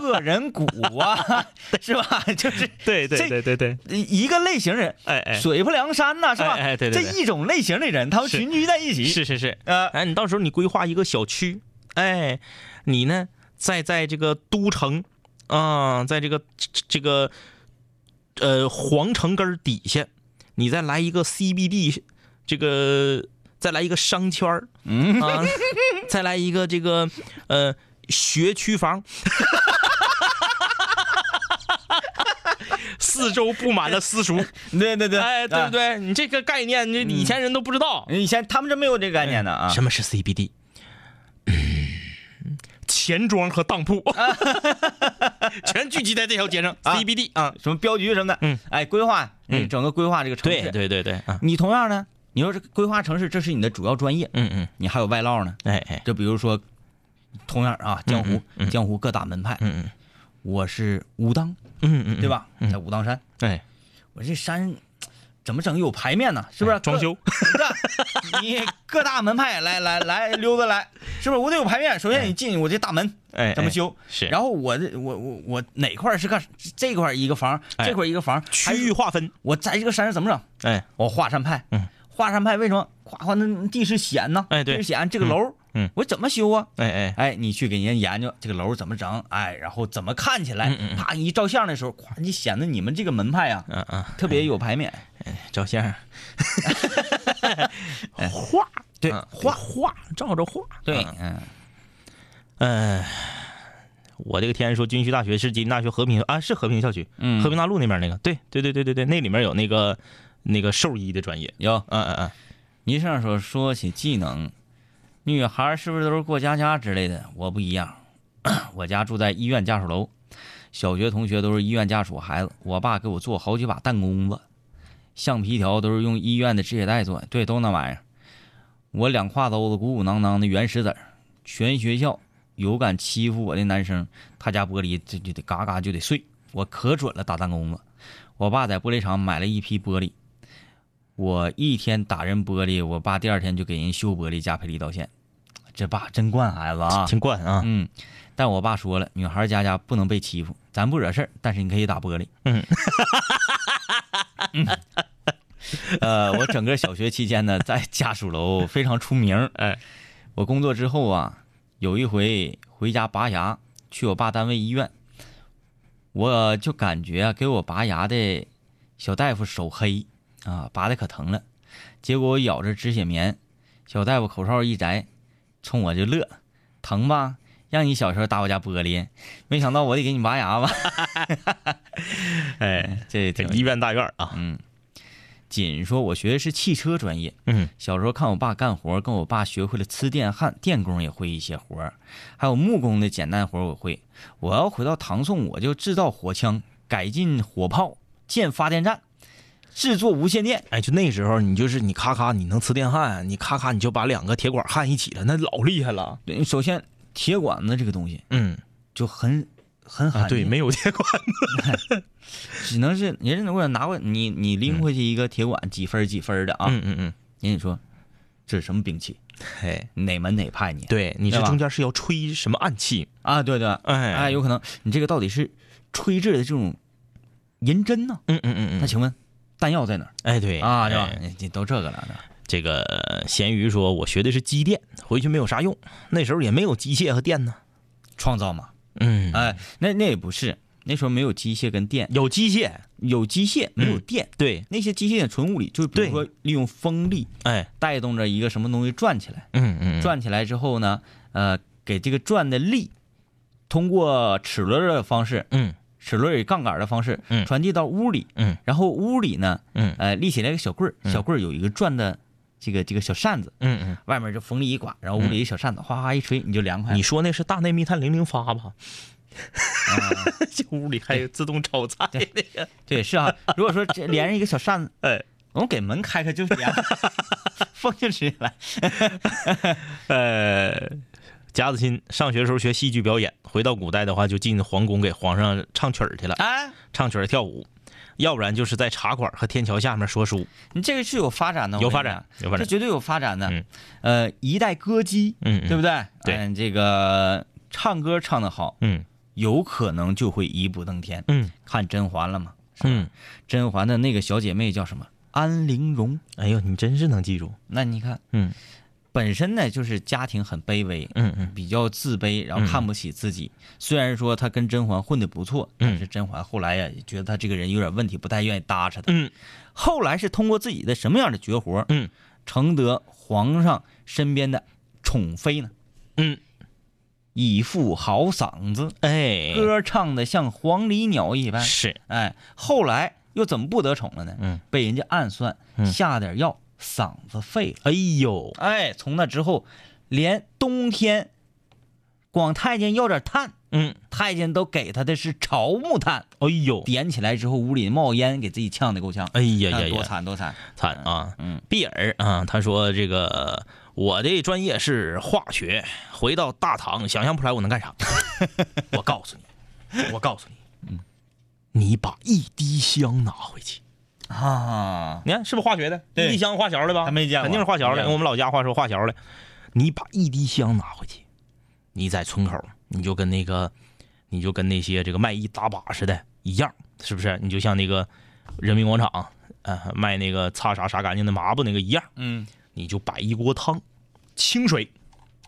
Speaker 3: 恶人谷 啊，是吧？ 就是
Speaker 4: 对
Speaker 3: 这
Speaker 4: 对对对对，
Speaker 3: 一个类型人，
Speaker 4: 哎哎，
Speaker 3: 水泊梁山呐、是吧？
Speaker 4: 哎哎对对对
Speaker 3: 这一种类型的人，他们
Speaker 4: 是
Speaker 3: 群居在一起，
Speaker 4: 是是是，
Speaker 3: 呃，
Speaker 4: 哎，你到时候你规划一个小区，哎，你呢，在在这个都城啊、在这个这这个呃皇城根儿底下，你再来一个 CBD，这个再来一个商圈儿，
Speaker 3: 嗯
Speaker 4: 啊，再来一个这个呃学区房。 四周布满了私塾，
Speaker 3: 对对啊对，
Speaker 4: 哎，对不对？你这个概念，你以前人都不知
Speaker 3: 啊？
Speaker 4: 道。
Speaker 3: 以前他们真没有这个概念的啊。
Speaker 4: 什么是 CBD？钱嗯庄和当铺 全聚集在这条街上。
Speaker 3: 啊
Speaker 4: CBD 啊，
Speaker 3: 什么镖局什么的，
Speaker 4: 嗯，
Speaker 3: 哎，规划，
Speaker 4: 嗯
Speaker 3: 你整个规划这个城市，
Speaker 4: 对，对对对啊，
Speaker 3: 你同样呢，你说这个规划城市，这是你的主要专业，
Speaker 4: 嗯嗯，
Speaker 3: 你还有外捞呢，
Speaker 4: 哎哎，
Speaker 3: 就比如说，同样啊，江湖，江湖各大门派，
Speaker 4: 嗯嗯
Speaker 3: 我是武当，
Speaker 4: 嗯嗯，
Speaker 3: 对？吧？在武当山，
Speaker 4: 哎，
Speaker 3: 我这山怎么整有排面呢？是不是？
Speaker 4: 哎装修
Speaker 3: 各，你各大门派来来来溜达来，是不是？我得有排面。首先你进我这大门
Speaker 4: 哎，
Speaker 3: 怎么修？
Speaker 4: 是
Speaker 3: 然后我这我我我哪块儿是干？这块儿一个房，
Speaker 4: 哎
Speaker 3: 这块儿一个房，还
Speaker 4: 区域划分？
Speaker 3: 我在这个山上怎么整？
Speaker 4: 哎，
Speaker 3: 我华山派，
Speaker 4: 嗯，
Speaker 3: 华山派为什么？夸夸那地势险呐，
Speaker 4: 哎对
Speaker 3: 地势险，这个楼，
Speaker 4: 嗯，
Speaker 3: 我怎么修啊？
Speaker 4: 哎哎，
Speaker 3: 哎，你去给人家研究这个楼怎么整，哎，然后怎么看起来
Speaker 4: 嗯嗯，嗯
Speaker 3: 啪一照相的时候，夸你显得你们这个门派啊，
Speaker 4: 嗯嗯，
Speaker 3: 特别有牌面。
Speaker 4: 照相，画
Speaker 3: 对
Speaker 4: 嗯
Speaker 3: 画
Speaker 4: 画照着画，嗯
Speaker 3: 嗯，
Speaker 4: 呃，我这个天说军区大学是吉林大学和平啊，是和平校区，
Speaker 3: 嗯
Speaker 4: 和平大路那边那个，对对对对对对，那里面有那个那个兽医的专业，
Speaker 3: 有
Speaker 4: 嗯嗯嗯，
Speaker 3: 倪胜说说起技能，女孩是不是都是过家家之类的？我不一样，我家住在医院家属楼，小学同学都是医院家属孩子，我爸给我做好几把弹弓子，橡皮条都是用医院的止血带做的，对，都那玩意儿。我两挎兜子鼓鼓囊囊的原石子儿，全学校有敢欺负我的男生，他家玻璃这就得嘎嘎就得碎。我可准了打弹弓子。我爸在玻璃厂买了一批玻璃，我一天打人玻璃，我爸第二天就给人修玻璃加赔礼道歉。这爸真惯孩子啊！
Speaker 4: 挺惯啊。
Speaker 3: 嗯，但我爸说了，女孩家家不能被欺负，咱不惹事儿，但是你可以打玻璃。
Speaker 4: 嗯
Speaker 3: 嗯 呃，我整个小学期间呢，在家属楼非常出名。
Speaker 4: 哎，
Speaker 3: 我工作之后啊，有一回回家拔牙，去我爸单位医院，我就感觉啊，给我拔牙的小大夫手黑啊，拔的可疼了。结果我咬着止血棉，小大夫口哨一摘，冲我就乐，疼吧？让你小时候打我家玻璃，没想到我得给你拔牙吧？
Speaker 4: 哎，
Speaker 3: 这
Speaker 4: 这
Speaker 3: 挺有意思
Speaker 4: 医院大院儿啊，
Speaker 3: 嗯，锦说，我学的是汽车专业，
Speaker 4: 嗯，
Speaker 3: 小时候看我爸干活，跟我爸学会了呲电焊，电工也会一些活儿，还有木工的简单活儿我会。我要回到唐宋，我就制造火枪，改进火炮，建发电站，制作无线电。
Speaker 4: 哎，就那时候你就是你咔咔你能呲电焊，你咔咔你就把两个铁管焊一起了，那老厉害了。
Speaker 3: 对首先，铁管子这个东西
Speaker 4: 嗯，
Speaker 3: 就很很罕
Speaker 4: 啊
Speaker 3: 见、
Speaker 4: 对，没有铁管，
Speaker 3: 只能是人家给我拿过你你拎回去一个铁管几分儿几分儿的啊，
Speaker 4: 嗯嗯嗯，
Speaker 3: 人家说这是什么兵器，
Speaker 4: 哎，
Speaker 3: 哪门哪派你？
Speaker 4: 对，你这
Speaker 3: 对吧
Speaker 4: 中间是要吹什么暗器？
Speaker 3: 啊，对对，
Speaker 4: 哎
Speaker 3: 哎，有可能你这个到底是吹制的这种银针呢？
Speaker 4: 嗯嗯嗯
Speaker 3: 那
Speaker 4: 嗯，
Speaker 3: 请问弹药在哪儿
Speaker 4: 哎对
Speaker 3: 啊？对吧
Speaker 4: 哎？
Speaker 3: 哎这都这个了，
Speaker 4: 这个咸鱼说，我学的是机电，回去没有啥用，那时候也没有机械和电呢。
Speaker 3: 创造嘛，
Speaker 4: 嗯，
Speaker 3: 哎，那那也不是，那时候没有机械跟电，
Speaker 4: 有机械，
Speaker 3: 有机械没有
Speaker 4: 嗯
Speaker 3: 电，
Speaker 4: 对，
Speaker 3: 那些机械纯物理，就是比
Speaker 4: 对
Speaker 3: 如说利用风力
Speaker 4: 哎，
Speaker 3: 带动着一个什么东西转起来。
Speaker 4: 嗯嗯，嗯，
Speaker 3: 转起来之后呢，呃，给这个转的力，通过齿轮的方式，
Speaker 4: 嗯
Speaker 3: 齿轮与杠杆的方式，
Speaker 4: 嗯
Speaker 3: 传递到屋里，
Speaker 4: 嗯，
Speaker 3: 然后屋里呢，
Speaker 4: 嗯
Speaker 3: 呃，立起来一个小棍儿，小棍儿有一个转的这个这个小扇子，
Speaker 4: 嗯嗯。
Speaker 3: 外面就风力一刮，然后屋里一小扇子哗哗一吹，你就凉快了。
Speaker 4: 你说那是大内密探零零发吧？
Speaker 3: 啊
Speaker 4: 这屋里还有自动炒菜那个，
Speaker 3: 对，是啊，如果说 这连上一个小扇子，
Speaker 4: 哎，
Speaker 3: 我们给门开开就凉， 风就吹来。
Speaker 4: 呃，贾子欣上学的时候学戏剧表演，回到古代的话就进皇宫给皇上唱曲儿去了，
Speaker 3: 哎，
Speaker 4: 唱曲儿跳舞，要不然就是在茶馆和天桥下面说书。
Speaker 3: 你这个是有发展的，我
Speaker 4: 有
Speaker 3: 跟
Speaker 4: 发
Speaker 3: 你讲
Speaker 4: 展，有发
Speaker 3: 这
Speaker 4: 展。
Speaker 3: 绝对有发展的。
Speaker 4: 嗯
Speaker 3: 呃，一代歌姬，
Speaker 4: 嗯嗯
Speaker 3: 对不对？
Speaker 4: 对
Speaker 3: 嗯，这个唱歌唱得好，
Speaker 4: 嗯
Speaker 3: 有可能就会一步登天。
Speaker 4: 嗯
Speaker 3: 看甄嬛了嘛，是吧
Speaker 4: 嗯，
Speaker 3: 甄嬛的那个小姐妹叫什么？安陵容。
Speaker 4: 哎呦，你真是能记住。
Speaker 3: 那你看，
Speaker 4: 嗯
Speaker 3: 本身呢就是家庭很卑微，
Speaker 4: 嗯嗯
Speaker 3: 比较自卑，然后看不起自己。虽然说她跟甄嬛混得不错，但
Speaker 4: 嗯
Speaker 3: 是甄嬛后来呀觉得她这个人有点问题，不太愿意搭理她。
Speaker 4: 嗯，
Speaker 3: 后来是通过自己的什么样的绝活，
Speaker 4: 嗯，
Speaker 3: 承得皇上身边的宠妃呢？
Speaker 4: 嗯，
Speaker 3: 一副好嗓子，
Speaker 4: 哎，
Speaker 3: 歌唱的像黄鹂鸟一般。
Speaker 4: 是
Speaker 3: 哎，后来又怎么不得宠了呢？
Speaker 4: 嗯，
Speaker 3: 被人家暗算，下点药，嗓子废了。
Speaker 4: 哎呦，
Speaker 3: 哎，从那之后，连冬天，光太监要点炭，
Speaker 4: 嗯，
Speaker 3: 太监都给他的是潮木炭，
Speaker 4: 哎呦，
Speaker 3: 点起来之后屋里冒烟，给自己呛得够呛。
Speaker 4: 哎呀呀
Speaker 3: 看多
Speaker 4: 呀，
Speaker 3: 惨多惨！
Speaker 4: 惨啊！
Speaker 3: 嗯，
Speaker 4: 毕尔啊，他说这个我的专业是化学，回到大唐，想象不出来我能干啥。我告诉你，我告诉你，嗯，你把一滴香拿回去，
Speaker 3: 啊，
Speaker 4: 你看是不是化学的？
Speaker 3: 对
Speaker 4: 一滴香化学的吧？
Speaker 3: 他没见过
Speaker 4: 肯定是化学
Speaker 3: 没见
Speaker 4: 的。
Speaker 3: 过
Speaker 4: 我们老家话说化学的，你把一滴香拿回去，你在村口，你就跟那个，你就跟那些这个卖艺打把似的一样，是不是？你就像那个人民广场。呃，卖那个擦啥啥干净的抹布那个一样，
Speaker 3: 嗯，
Speaker 4: 你就摆一锅汤，清水，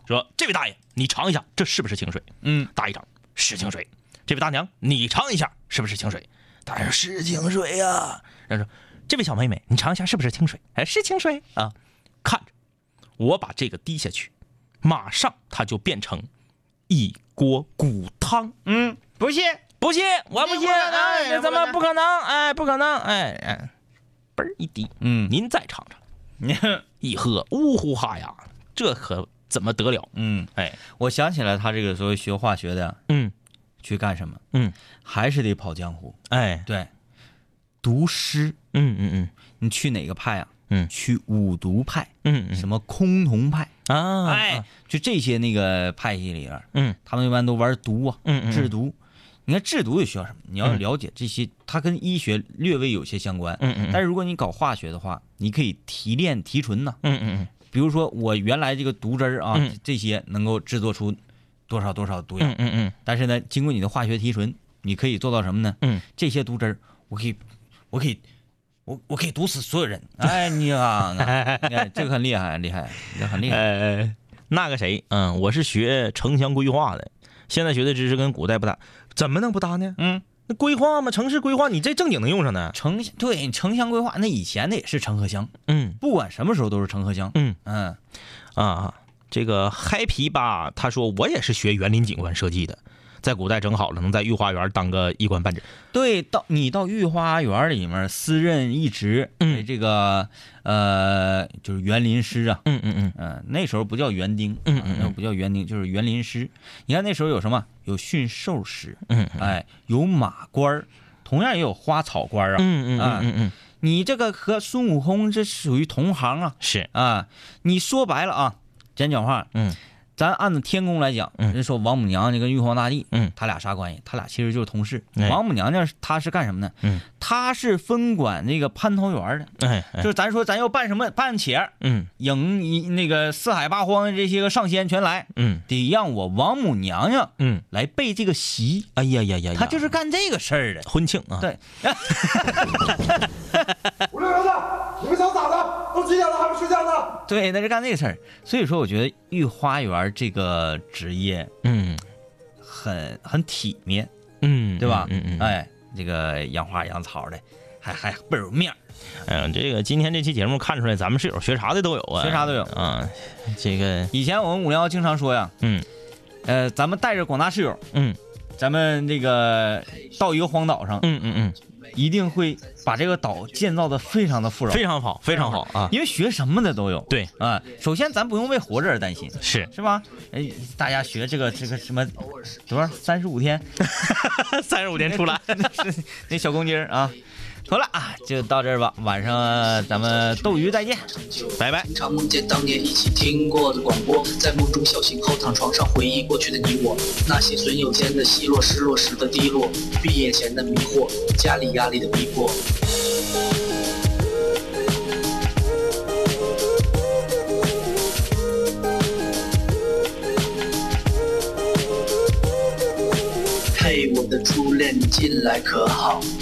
Speaker 4: 说这位大爷，你尝一下，这是不是清水？
Speaker 3: 嗯，
Speaker 4: 大爷尝是清水。这位大娘，你尝一下，是不是清水？大爷说是清水呀、然后说这位小妹妹，你尝一下是不是清水？哎，是清水啊。看着我把这个滴下去，马上它就变成一锅骨汤。
Speaker 3: 嗯，不信，
Speaker 4: 不信，我不
Speaker 3: 不
Speaker 4: 信，
Speaker 3: 可能
Speaker 4: 哎，
Speaker 3: 也不
Speaker 4: 怎
Speaker 3: 可
Speaker 4: 么
Speaker 3: 能
Speaker 4: 不可能？哎，不可能，哎哎，嘣儿一滴，
Speaker 3: 嗯，
Speaker 4: 您再尝尝。一喝，呜呼哈呀，这可怎么得了？
Speaker 3: 嗯，
Speaker 4: 哎，
Speaker 3: 我想起来他这个时候学化学的
Speaker 4: 嗯
Speaker 3: 去干什么？
Speaker 4: 嗯，
Speaker 3: 还是得跑江湖。
Speaker 4: 哎，
Speaker 3: 对，读诗，
Speaker 4: 嗯嗯
Speaker 3: 你去哪个派啊？
Speaker 4: 嗯
Speaker 3: 去五毒派，
Speaker 4: 嗯嗯
Speaker 3: 什么崆峒派，
Speaker 4: 嗯啊，
Speaker 3: 哎，就这些那个派系里边，
Speaker 4: 嗯
Speaker 3: 他们一般都玩毒啊，
Speaker 4: 嗯嗯嗯
Speaker 3: 制毒。你看制毒也需要什么？你要了解这些，它跟医学略微有些相关。
Speaker 4: 嗯嗯嗯
Speaker 3: 但是如果你搞化学的话，你可以提炼提纯呐、
Speaker 4: 嗯嗯
Speaker 3: 比如说我原来这个毒汁儿啊，
Speaker 4: 嗯
Speaker 3: 这些能够制作出多少多少毒药，
Speaker 4: 嗯嗯嗯
Speaker 3: 但是呢，经过你的化学提纯，你可以做到什么呢？
Speaker 4: 嗯，
Speaker 3: 这些毒汁儿，我可以，我可以，我我可以毒死所有人。哎，你啊，你看这个很厉害，厉害，这很厉
Speaker 4: 嗯，
Speaker 3: 害。
Speaker 4: 呃，那个谁，嗯，我是学城乡规划的，现在学的知识跟古代不搭，怎么能不搭呢？
Speaker 3: 嗯，
Speaker 4: 那规划嘛，城市规划，你这正经能用上呢。
Speaker 3: 城对城乡规划，那以前的也是城和乡，
Speaker 4: 嗯
Speaker 3: 不管什么时候都是城和乡。
Speaker 4: 嗯
Speaker 3: 嗯，
Speaker 4: 啊，这个嗨皮吧，他说我也是学园林景观设计的，在古代整好了，能在御花园当个一官半职。
Speaker 3: 对，到你到御花园里面私任一职，
Speaker 4: 嗯
Speaker 3: 为这个呃就是园林师啊，
Speaker 4: 嗯嗯嗯
Speaker 3: 嗯、那时候不叫园丁，
Speaker 4: 嗯
Speaker 3: 啊
Speaker 4: 嗯嗯
Speaker 3: 那不叫园丁，就是园林师。你看那时候有什么？有驯兽师，
Speaker 4: 嗯
Speaker 3: 哎，有马官儿，同样也有花草官儿啊。
Speaker 4: 嗯嗯嗯嗯，
Speaker 3: 你这个和孙悟空这属于同行啊
Speaker 4: 是，
Speaker 3: 啊！你说白了啊，咱讲话，
Speaker 4: 嗯，
Speaker 3: 咱按照天宫来讲，
Speaker 4: 嗯
Speaker 3: 人说王母娘娘跟玉皇大帝，
Speaker 4: 嗯
Speaker 3: 他俩啥关系？他俩其实就是同事。
Speaker 4: 哎
Speaker 3: 王母娘娘她是干什么呢？
Speaker 4: 嗯，
Speaker 3: 她是分管那个蟠桃园的，
Speaker 4: 哎
Speaker 3: 就
Speaker 4: 哎，
Speaker 3: 是咱说咱要办什么办企儿，
Speaker 4: 嗯
Speaker 3: 迎你那个四海八荒这些个上仙全来，
Speaker 4: 嗯
Speaker 3: 得让我王母娘娘
Speaker 4: 嗯，
Speaker 3: 来备这个席，
Speaker 4: 哎呀呀呀，
Speaker 3: 她就是干这个事儿的。
Speaker 4: 婚庆啊。
Speaker 3: 对，
Speaker 7: 五六零的，你们想咋的？都几点了还不睡觉呢？
Speaker 3: 对，那是干这个事儿。所以说，我觉得御花园这个职业
Speaker 4: 嗯
Speaker 3: 很很体面，
Speaker 4: 嗯，
Speaker 3: 对吧？
Speaker 4: 嗯嗯，
Speaker 3: 哎，这个养花养草的，还还倍儿有面儿。
Speaker 4: 哎呀，这个今天这期节目看出来，咱们室友学啥的都有啊，
Speaker 3: 学啥都有
Speaker 4: 啊。这个，
Speaker 3: 以前我们五零幺经常说呀，
Speaker 4: 嗯
Speaker 3: 呃，咱们带着广大室友，
Speaker 4: 嗯
Speaker 3: 咱们这个到一个荒岛上，
Speaker 4: 嗯嗯
Speaker 3: 一定会把这个岛建造的非常的富
Speaker 4: 嗯，
Speaker 3: 饶，
Speaker 4: 非常好，非常好啊。
Speaker 3: 因为学什么的都有。
Speaker 4: 对
Speaker 3: 啊、首先咱不用为活着而担心，
Speaker 4: 是
Speaker 3: 是吧？哎，大家学这个这个什么多少三十五天，
Speaker 4: 三十五天出来，
Speaker 3: 那小公鸡儿啊。好了啊，就到这儿吧，晚上咱们斗鱼再见。
Speaker 4: 拜拜。
Speaker 5: 经常梦见当年一起听过的广播，在梦中小醒后躺床上回忆过去的你我，那些损友间的奚落，失落时的低落，毕业前的迷惑，家里压力的逼迫。嘿，我的初恋，你近来可好？